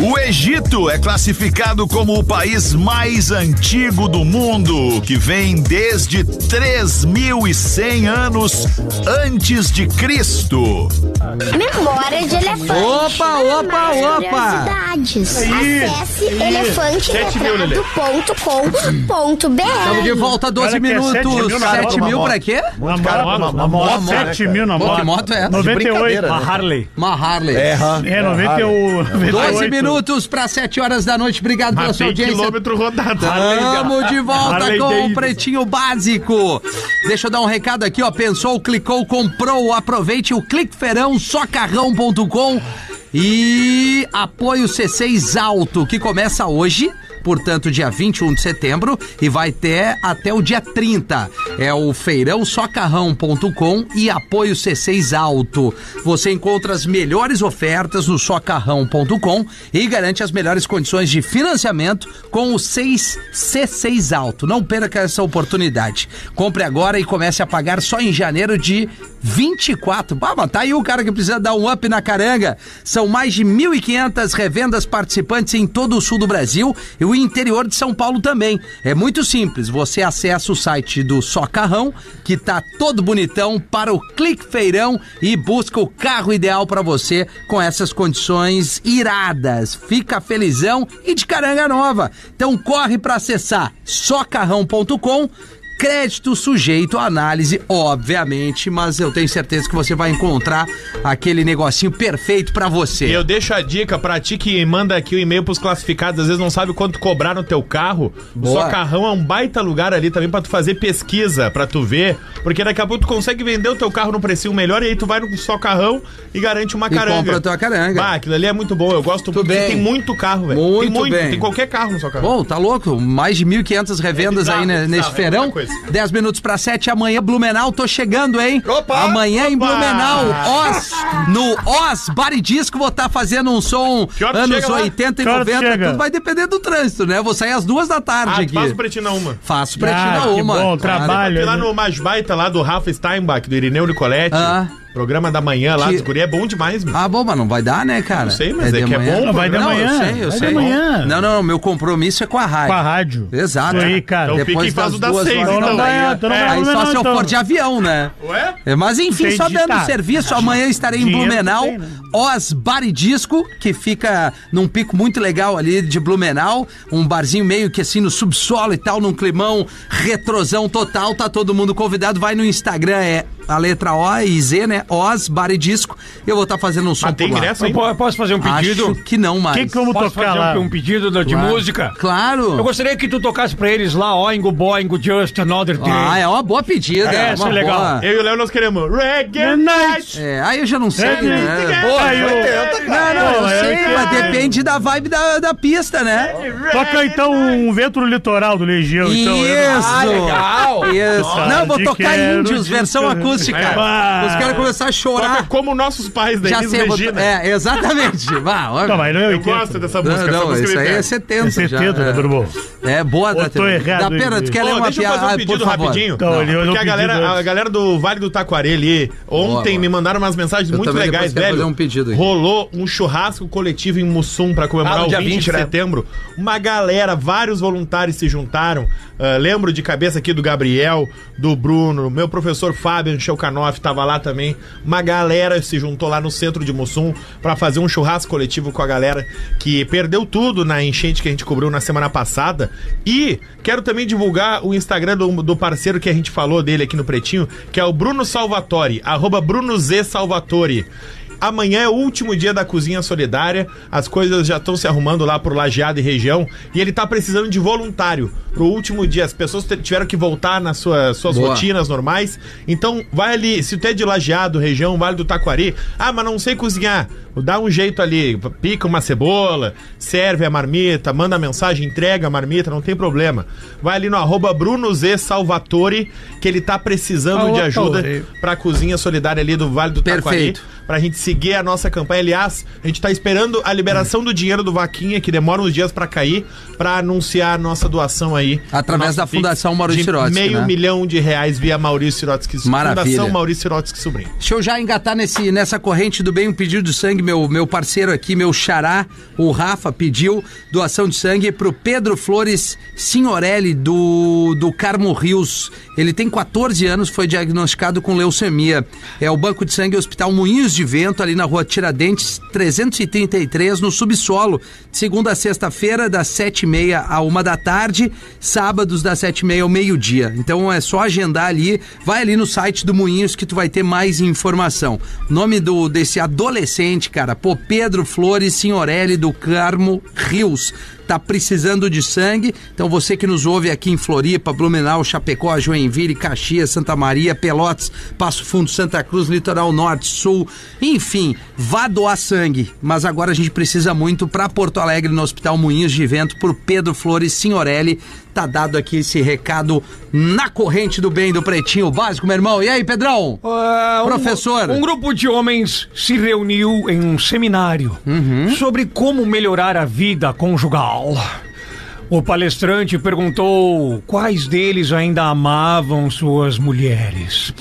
S1: O Egito é classificado como o país mais antigo do mundo, que vem desde 3.100 anos antes de Cristo.
S13: Memória de elefante.
S3: Opa,
S13: Para
S3: opa,
S13: mais
S3: opa.
S13: Curiosidades.
S4: Aí,
S13: Acesse
S4: aí. Sete mil, Lelê.
S13: elefante.com.br.
S3: Estamos de volta, a 12
S4: Cara, que é
S3: minutos.
S4: sete
S3: 7
S4: mil
S3: mil,
S4: na moto,
S5: uma
S3: pra
S5: moto.
S3: quê?
S4: Uma
S5: cara,
S4: moto,
S5: uma- uma
S4: moto,
S5: moto,
S4: 7
S5: né,
S4: mil na
S3: Pô,
S4: moto.
S3: que moto é essa?
S5: de
S4: 98.
S5: brincadeira,
S4: a
S5: né?
S4: Harley.
S3: Uma Harley.
S5: Erra.
S4: É, 98.
S3: 12 minutos para 7 horas da noite. Obrigado pela
S8: Mas
S3: sua
S8: tem
S3: audiência.
S8: quilômetro rodado.
S3: Estamos de volta
S4: Harley
S3: com o
S4: Davidson.
S3: Pretinho Básico. Deixa eu dar um recado aqui, ó. Pensou, clicou, comprou. Aproveite o Clique Feirão, socarrão.com e apoio C6 Alto, que começa hoje. Portanto, dia 21 de setembro e vai ter até o dia 30. É o feirãosocarrão.com e apoio C6 Alto. Você encontra as melhores ofertas no socarrão.com e garante as melhores condições de financiamento com o 6 C6 Alto. Não perca essa oportunidade. Compre agora e comece a pagar só em janeiro de 24. Bah, mas tá aí o cara que precisa dar um up na caranga. São mais de 1.500 revendas participantes em todo o sul do Brasil e o interior de São Paulo também. É muito simples. Você acessa o site do Socarrão, que tá todo bonitão para o Clique Feirão e busca o carro ideal para você com essas condições iradas. Fica felizão e de caranga nova. Então corre para acessar socarrão.com crédito sujeito à análise, obviamente, mas eu tenho certeza que você vai encontrar aquele negocinho perfeito pra
S8: E
S3: você.
S8: eu deixo a dica pra ti que manda aqui o e-mail pros classificados, às vezes não sabe quanto cobrar no teu carro.
S3: Boa.
S8: O Socarrão é um baita lugar ali também pra tu fazer pesquisa, pra tu ver, porque daqui a pouco tu consegue vender o teu carro no precinho melhor e aí tu vai no Socarrão e garante uma
S3: E
S8: caranga.
S3: compra a tua caranga.
S8: Bah, aquilo ali é muito bom, eu gosto porque
S3: bem.
S8: tem muito carro, velho.
S3: Muito
S8: tem muito,
S3: bem.
S8: tem qualquer carro no Socarrão.
S3: Bom, tá louco? Mais de 1.500 revendas
S8: bizarro,
S3: aí né,
S8: é
S3: nesse
S8: bizarro, é
S3: feirão.
S8: muita coisa.
S3: 10 minutos pra 7, amanhã Blumenau, tô chegando, hein?
S5: Opa!
S3: amanhã em
S8: Opa!
S3: Blumenau, Oz, no Oz Bar e Disco, vou estar fazendo um som
S8: Que hora tu
S3: anos
S8: chega lá?
S3: 80 e
S4: Que hora tu
S3: 90,
S4: chega?
S3: tudo vai depender do trânsito, né? Eu vou sair às duas da tarde
S8: ah,
S3: aqui.
S8: tu passa o pretinho na uma.
S3: Faço pra
S4: Ah,
S3: ti na
S4: que
S3: uma.
S4: bom, trabalho.
S8: Tem lá
S4: né?
S8: no Mais Baita, lá do Rafa Steinbach, do Irineu Nicoletti.
S3: Ah.
S8: Programa da manhã lá,
S3: Que-
S8: dos guri é bom demais, meu.
S3: Ah, bom, mas não vai dar, né, cara?
S8: Não sei, mas é que é bom,
S4: Não, vai de
S3: Não, eu
S4: manhã.
S3: sei, eu
S4: vai
S3: sei.
S4: de manhã.
S3: Não, não, não, meu compromisso é com a rádio.
S4: Com a rádio.
S3: Exato.
S4: Isso aí, cara.
S8: Então
S3: Depois
S8: fica e faz o
S3: das
S8: das
S3: duas
S8: seis,
S3: horas
S8: então.
S3: da
S4: Não vai,
S3: manhã.
S4: tu não vai
S3: Aí só
S4: Blumenau,
S3: se eu
S4: então.
S3: for de avião, né?
S8: Ué?
S3: É, Mas enfim,
S4: Tem
S3: só dando
S4: ditado.
S3: serviço, amanhã estarei em
S4: Dinheiro
S3: Blumenau,
S4: também, né?
S3: Os Bar e Disco, que fica num pico muito legal ali de Blumenau, um barzinho meio que assim no subsolo e tal, num climão retrosão total, tá todo mundo convidado, vai no Instagram, é a letra O e Z, né? Os Bar e Disco, eu vou estar fazendo um som
S8: Mas tem
S3: por lá.
S8: ingresso
S9: Eu
S8: aí?
S9: po- posso fazer um pedido?
S3: Acho que não mais.
S4: Que que vamos
S9: Posso
S4: tocar
S9: fazer um-
S4: lá?
S9: um, pedido da- de música?
S3: Claro.
S9: Eu gostaria que tu tocasse pra eles lá, Oingo Boingo Just Another Day.
S3: Ah, é uma boa pedida.
S9: É,
S3: uma
S9: isso é legal.
S3: boa.
S8: Eu e o Léo nós queremos Reggae Night.
S3: É, aí eu já não sei,
S4: É,
S3: né?
S5: Pô,
S4: Aí, ô.
S5: 80,
S3: Não,
S5: cara.
S3: não, eu
S4: Pô, é
S3: sei,
S4: que-
S3: mas depende da vibe da, da pista, né?
S4: Toca então um vento no litoral do Legião, então. eu-
S3: Isso! Isso. Não, eu vou
S4: de
S3: tocar
S4: quero,
S3: índios,
S4: de
S3: versão
S4: quero.
S3: acústica.
S4: É, vai.
S3: Os caras começaram a
S8: Toca
S3: chorar.
S8: como nossos pais da
S3: Já
S8: Elis
S3: sei, eu vou-
S8: Regina.
S3: É, exatamente. Vá, olha.
S4: Não, mas não é
S8: Eu
S4: 80.
S8: gosto dessa
S3: Não,
S8: música. essa
S3: não,
S8: música
S3: isso
S8: me
S3: aí
S8: pega.
S3: é 70
S4: É
S3: já.
S4: 70, né, Turbo?
S3: É, boa,
S4: Ou
S3: Tati.
S4: tô errado,
S3: Dá pena, tu
S4: hein,
S3: quer
S8: Ó,
S3: ler uma
S8: deixa eu
S3: piada?
S8: fazer um
S3: Ah,
S8: pedido
S3: por favor.
S8: rapidinho.
S4: Então, ele olhou
S8: Porque a
S4: o pedido
S8: galera, a
S4: antes.
S8: galera do Vale do Taquari ali, ontem
S3: Boa.
S8: me mandaram umas mensagens
S3: Eu
S8: muito
S3: também depois
S8: legais,
S3: quero
S8: velho.
S3: fazer um pedido aqui.
S8: Rolou um churrasco coletivo em Mussum pra
S5: Ah,
S8: comemorar
S5: no
S8: o
S5: dia
S8: 20, de
S5: 20, né?
S8: setembro. Uma galera, vários voluntários se juntaram. Ah, lembro de cabeça aqui do Gabriel, do Bruno, meu professor Fábio Chelcanoff tava lá também. Uma galera se juntou lá no centro de Mussum pra fazer um churrasco coletivo com a galera que perdeu tudo na enchente que a gente cobriu na semana passada. E quero também divulgar o Instagram do, do parceiro que a gente falou dele aqui no Pretinho, que é o Bruno Salvatore, arroba Bruno Z Salvatore. Amanhã é o último dia da Cozinha Solidária. As coisas já estão se arrumando lá por Lajeado e região. E ele tá precisando de voluntário pro último dia. As pessoas te- tiveram que voltar nas suas, suas
S3: Boa.
S8: rotinas normais. Então, vai ali. Se tu é de Lajeado, região, Vale do Taquari. Ah, mas não sei cozinhar. Dá um jeito ali. Pica uma cebola, serve a marmita, manda mensagem, entrega a marmita, não tem problema. Vai ali no arroba Bruno Z Salvatore, que ele tá precisando de ajuda pra Cozinha Solidária ali do Vale do Taquari
S3: Perfeito.
S8: pra gente seguir a nossa campanha. Aliás, a gente tá esperando a liberação do dinheiro do Vaquinha, que demora uns dias pra cair, pra anunciar a nossa doação aí.
S3: Através
S8: Nosso
S3: da
S8: Pix
S3: Fundação Maurício
S8: de
S3: Sirotsky,
S8: Meio
S3: né?
S8: milhão de reais via Maurício Sirotsky
S3: Maravilha.
S8: Fundação Maurício Sirotsky Sobrinho.
S3: Deixa eu já engatar nesse, nessa corrente do bem um pedido de sangue. Meu, meu parceiro aqui, meu xará, o Rafa, pediu doação de sangue pro Pedro Flores Signorelli, do, do Carmo Rios. Ele tem 14 anos, foi diagnosticado com leucemia. É o Banco de Sangue Hospital Moinhos de Vento, ali na rua Tiradentes, 333, no subsolo. De segunda a sexta-feira, das 7h30 à 1 da tarde, sábados das 7h30 ao meio-dia. Então é só agendar ali, vai ali no site do Moinhos que tu vai ter mais informação. Nome do desse adolescente, cara, pô, Pedro Flores Signorelli do Carmo Rios. Tá precisando de sangue, então você que nos ouve aqui em Floripa, Blumenau, Chapecó, Joinville, Caxias, Santa Maria, Pelotas, Passo Fundo, Santa Cruz, Litoral Norte, Sul, enfim, vá doar sangue. Mas agora a gente precisa muito para Porto Alegre, no Hospital Moinhos de Vento, por Pedro Flores Signorelli. Tá dado aqui esse recado na corrente do bem do Pretinho Básico, meu irmão. E aí, Pedrão?
S9: Ah, um-
S3: Professor.
S9: Um grupo de homens se reuniu em um seminário sobre como melhorar a vida conjugal. O palestrante perguntou quais deles ainda amavam suas mulheres.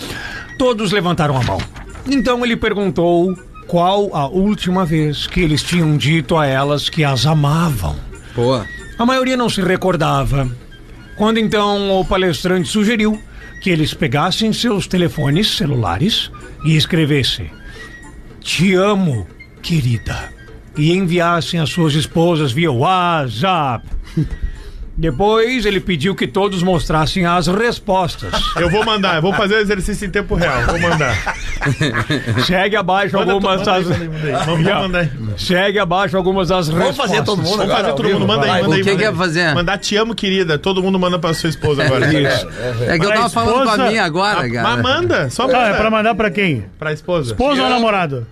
S9: Todos levantaram a mão. Então ele perguntou qual a última vez que eles tinham dito a elas que as amavam.
S7: Boa.
S9: A maioria não se recordava. Quando então o palestrante sugeriu que eles pegassem seus telefones celulares e escrevessem Te amo, querida. E enviassem às suas esposas via WhatsApp. Depois ele pediu que todos mostrassem as respostas.
S8: Eu vou mandar, eu vou fazer o exercício em tempo real. Vou mandar.
S9: Segue abaixo
S8: Manda tu-
S9: algumas
S8: manda aí,
S9: das.
S8: manda aí, manda aí. Vamos- vamos mandar aí.
S9: Segue abaixo algumas das respostas.
S8: Vamos fazer todo mundo. Manda aí, manda aí. manda aí. Mandar te amo, querida. Todo mundo manda pra sua esposa agora.
S4: Isso. É que eu
S8: Pra
S4: tava falando com a minha agora,
S8: Ah,
S4: cara.
S8: Mas manda. Só
S4: Tá, é pra mandar pra quem?
S8: Pra esposa.
S4: Esposa ou namorado?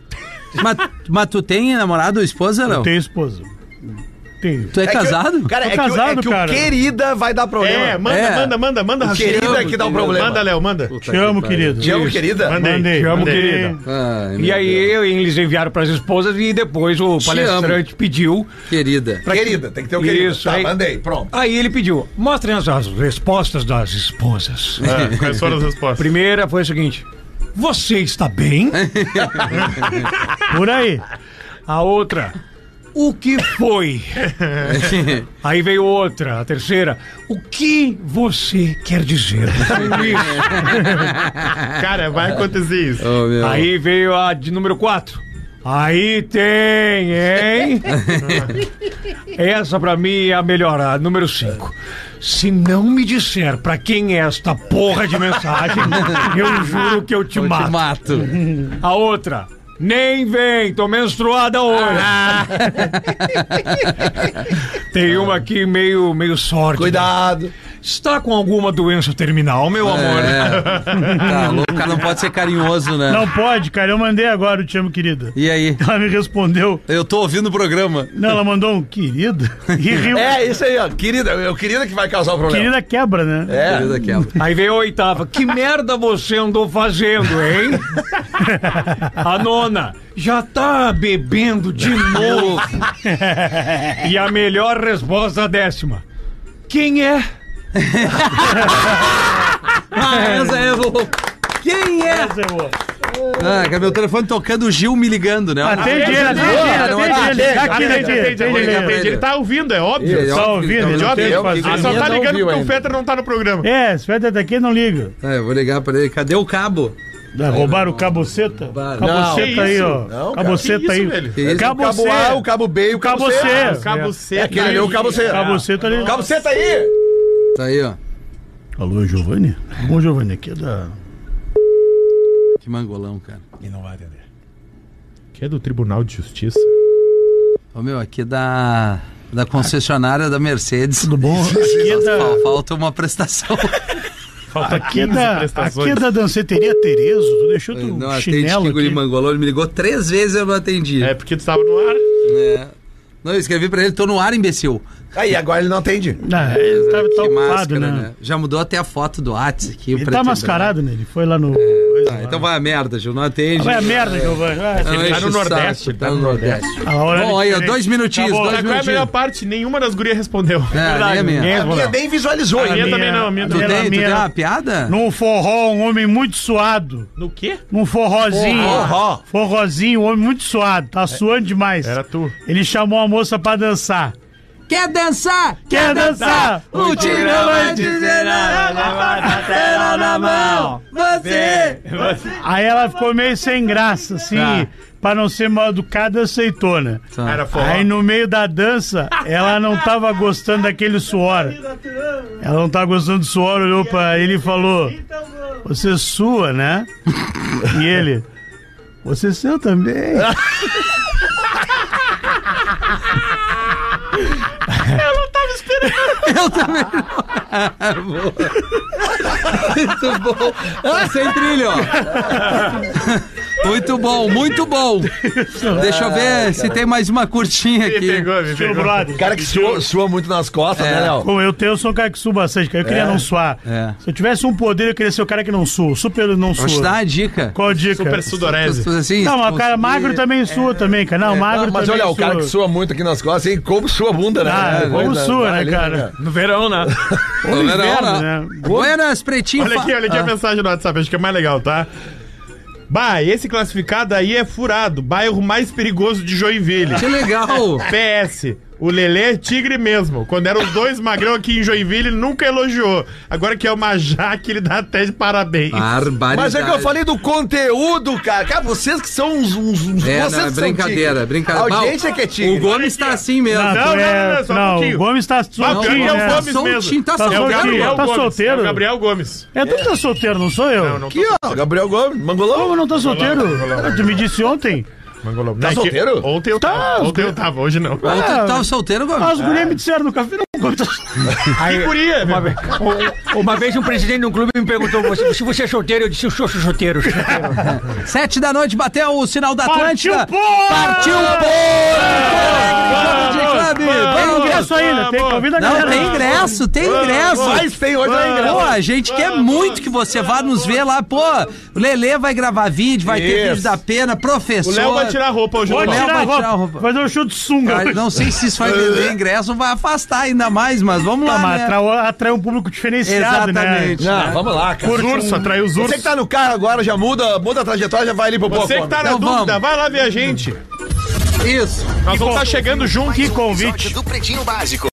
S3: mas, mas tu tem namorado ou esposa ou não? Eu
S4: tenho esposa. Tenho.
S3: Tu é,
S4: É que eu-
S3: casado?
S4: cara, Tô é que eu- é casado, que o cara.
S5: querida vai dar problema.
S8: É, manda,
S5: É.
S8: manda, manda, manda.
S5: O
S8: Rafinha.
S5: querida é que dá o problema. é
S8: Manda, Léo, manda.
S4: Te amo, querido.
S8: Te amo, querida?
S4: Mandei.
S8: Mandei.
S9: Te amo,
S8: Mandei.
S9: querida. e aí eles enviaram pras esposas e depois o
S7: Te
S9: palestrante pediu.
S7: Querida.
S5: Querida, tem que ter o querido.
S9: Isso,
S5: Tá,
S9: aí-
S5: mandei, pronto.
S9: Aí ele pediu: mostrem as, as respostas das esposas.
S8: É, quais foram as respostas?
S9: Primeira foi a seguinte: Você está bem?
S4: Por aí.
S9: A outra. O que foi? Aí veio outra, a terceira. O que você quer dizer com isso?
S8: Cara, vai acontecer isso.
S9: Aí veio a de número 4. Aí tem, hein? Essa pra mim é a melhor, a número 5. Se não me disser pra quem é esta porra de mensagem, eu juro que eu te
S7: Eu te
S9: mato.
S7: mato.
S9: A outra. Nem vem, tô menstruada hoje. Tem uma aqui meio, meio sorte.
S5: Cuidado.
S9: Está com alguma doença terminal, meu amor?
S4: É. Tá louco, o cara não pode ser
S3: carinhoso, né?
S4: Não pode, cara. Eu mandei agora o Te Amo Querida.
S3: E aí?
S4: Ela me respondeu.
S3: Eu tô ouvindo o programa.
S4: Não, ela mandou um querido e riu.
S5: É, isso aí, ó. Querida, é o querida que vai causar o problema.
S4: Querida quebra, né?
S5: É. Querida
S9: quebra. Aí veio a oitava. Que merda você andou fazendo, hein? A nona. Já tá bebendo de novo. E a melhor resposta, a décima. Quem é?
S3: Ah, essa é boa. Quem é?
S4: Essa é boa.
S3: Ah, cara, meu telefone tocando, o Gil me ligando, né?
S4: Atende ele, atende ele, atende ele. Aqui, atende ele, atende ele.
S8: Ele tá ouvindo, é óbvio.
S4: Ele tá
S3: então,
S4: ouvindo, ele
S8: ele
S4: não tem o que fazer.
S8: Ah, só tá
S4: Ele não
S8: ligando
S4: ouviu
S8: porque o
S4: ainda.
S8: Fetter não tá no programa.
S4: É, se tiver daqui, não liga.
S3: É, eu vou ligar pra ele. Cadê o cabo?
S4: Ah, roubaram o caboceta? Caboceta aí, ó. caboceta aí.
S5: Caboceta. O cabo
S3: é
S5: A, o cabo B e o cabo C.
S4: Caboceta.
S5: É aquele ali, o cabo C.
S4: Caboceta ali.
S5: Caboceta aí.
S3: Tá aí, ó.
S4: Alô, é Giovanni? Bom, Giovanni, aqui é da...
S3: Que mangolão, cara.
S8: E não vai atender. Que é do Tribunal de Justiça.
S3: Ô, meu, aqui é da, da concessionária da Mercedes. Tudo
S4: bom? Aqui é da-
S3: Falta uma prestação.
S4: Falta aqui é da, aqui é da danceteria Terezo. Tu deixou tu um
S3: Não atende
S4: chinelo
S3: que guri
S4: aqui.
S3: mangolão. Ele me ligou três vezes e eu não atendi. É,
S8: porque tu tava no ar.
S3: É. Não, eu escrevi pra ele, tô no ar, imbecil.
S5: Aí, agora ele não atende.
S4: Ah, ele tava
S3: Que
S4: tão ocupado,
S3: máscara,
S4: né?
S3: né? Já mudou até a foto do Whats aqui.
S4: Ele tá mascarado, né? Ele foi lá no...
S3: Ah, então vai a merda, Gil, não atende.
S4: Vai a merda, Giovanni. vai.
S3: Não
S4: Ele tá
S3: enche
S4: no
S3: o saco,
S4: Nordeste,
S3: Tá no Nordeste.
S4: A hora
S3: Bom,
S4: é
S3: aí, ó,
S4: diferente.
S3: dois minutinhos,
S8: Tá bom,
S3: dois
S8: sabe qual é a
S3: minutinhos.
S8: melhor parte? Nenhuma das gurias respondeu.
S3: nem a minha.
S8: ninguém
S4: A
S8: respondeu.
S4: minha nem visualizou.
S8: A minha também não. A minha
S4: Tu
S8: também
S4: tem-
S8: não.
S4: tu tem uma
S3: piada?
S4: Num forró, um homem muito suado.
S8: No quê?
S4: Num forrozinho.
S8: Forró.
S4: Forrozinho, um homem muito suado. Tá suando demais. Era
S8: tu.
S4: Ele chamou a moça pra dançar.
S7: Quer dançar?
S4: Quer dançar?
S7: O Tirão vai dizer nada, nada na mão. Você.
S4: Aí ela ficou meio sem graça, assim.
S7: Tá.
S4: Pra não ser mal educada, aceitou, né?
S8: Ah, Era forró.
S4: Aí no meio da dança, ela não tava gostando daquele suor. Ela não tava gostando do suor, olhou pra ele e falou: Você sua, né? E ele: Você é seu também.
S7: Eu não tava esperando. Eu também não. Muito bom. Tá sem trilho, ó.
S3: O Muito bom, muito bom. Deixa eu ver se tem mais uma curtinha aqui.
S4: Estilo brother.
S5: Cara que sua, sua muito nas costas, né, Léo?
S4: Como eu tenho, eu sou um cara que sua bastante, cara. Eu queria
S5: É.
S4: não suar.
S3: É.
S4: Se eu tivesse um poder, eu queria ser o cara que não sua. Super não sua.
S3: Vou te dar uma dica.
S4: Qual a dica?
S8: Super sudorese.
S3: Assim,
S4: Não, mas o
S3: cons-
S4: cara magro também sua também, cara. Não, magro
S5: mas
S4: também
S5: olha, o cara que sua muito aqui nas costas, hein? Como sua bunda, né?
S4: Ah,
S5: É,
S4: como
S5: coisa-
S4: sua, né,
S5: ali,
S4: cara?
S9: No verão, né?
S3: Não, não,
S4: inverno,
S3: não.
S4: né?
S3: Buenas, pretinho.
S8: Olha aqui, olha aqui a mensagem no WhatsApp, acho que é mais legal, tá? Bah, esse classificado aí é furado. Bairro mais perigoso de Joinville.
S3: Que legal.
S8: PS. O Lelê é tigre mesmo. Quando eram os dois magrão aqui em Joinville, ele nunca elogiou. Agora que é uma jaque, ele dá até de parabéns.
S3: Barbaridade.
S5: Mas é que eu falei do conteúdo, cara. Cara, vocês que são uns. uns, uns
S3: É,
S5: vocês
S3: não, é
S5: que são
S3: brincadeira,
S5: tigre.
S3: brincadeira.
S5: A audiência que é
S3: O
S5: tigre.
S3: Gomes tá assim mesmo.
S4: Não,
S8: Não,
S4: tu
S8: não,
S4: é-
S8: não, só um
S4: não,
S8: pouquinho.
S4: o Gomes tá
S8: Mas o
S4: soltinho,
S8: Gabriel
S4: né?
S8: Gomes
S3: soltinho,
S8: mesmo.
S3: tá
S8: é o
S4: soltinho.
S8: Gabriel
S4: Tá
S8: Gomes.
S4: solteiro.
S8: É o Gabriel Gomes.
S4: É tu que tá solteiro, não sou eu.
S8: Não, não tô
S5: Aqui, ó, Gabriel Gomes, Mangolão.
S4: Como não tá solteiro? Cara, tu me disse ontem.
S8: Mangolão.
S5: Tá
S8: Não, é que
S5: solteiro?
S8: Ontem eu
S4: Tá,
S8: tava.
S4: os
S8: Ontem eu
S4: guri-
S8: tava, hoje não.
S3: Ontem tu tava solteiro, Gomes.
S8: É.
S4: As gurias Ah, me disseram no café, não, o Gomes tá solteiro.
S9: Aí,
S8: Guria,
S9: uma, vez, o- uma vez um presidente de um clube me perguntou "Você- se você é solteiro, eu disse, eu sou solteiro. solteiro."
S3: Sete da noite bateu o sinal da
S4: Partiu
S3: Atlântida.
S4: pô!
S3: Partiu pô! Clube de Clube.
S4: Tem
S3: Vamos.
S4: ingresso ainda, tem que convidar a
S3: Não,
S4: galera.
S3: tem ingresso, tem ingresso.
S5: Mas tem hoje na
S3: Pô,
S5: igreja.
S3: a gente quer muito que você vá nos ver lá. Pô, o Lelê vai gravar vídeo, vai ter
S5: Isso.
S3: vídeo da pena, professor.
S8: O Léo vai tirar a roupa hoje.
S4: Pode
S8: no
S3: Léo
S4: tirar
S3: vai
S4: a
S3: tirar a
S4: roupa.
S3: roupa.
S4: Fazer um chute de sunga.
S3: Vai- Não sei se isso vai vender ingresso ou vai afastar ainda mais, mas vamos lá.
S4: Tá, mas
S3: né?
S4: atrai, atrai um público diferenciado,
S3: Exatamente.
S4: né?
S5: Não, vamos lá, cara.
S8: Os ursos, atrai os
S5: Você
S8: ursos.
S5: que tá no carro agora, já muda, muda a trajetória, já vai ali pro povo.
S8: Você que tá na
S3: Então
S8: dúvida,
S3: vamos.
S8: vai lá ver a gente.
S3: Isso.
S8: Nós vamos estar chegando junto.
S4: Que convite.
S14: do Pretinho Básico.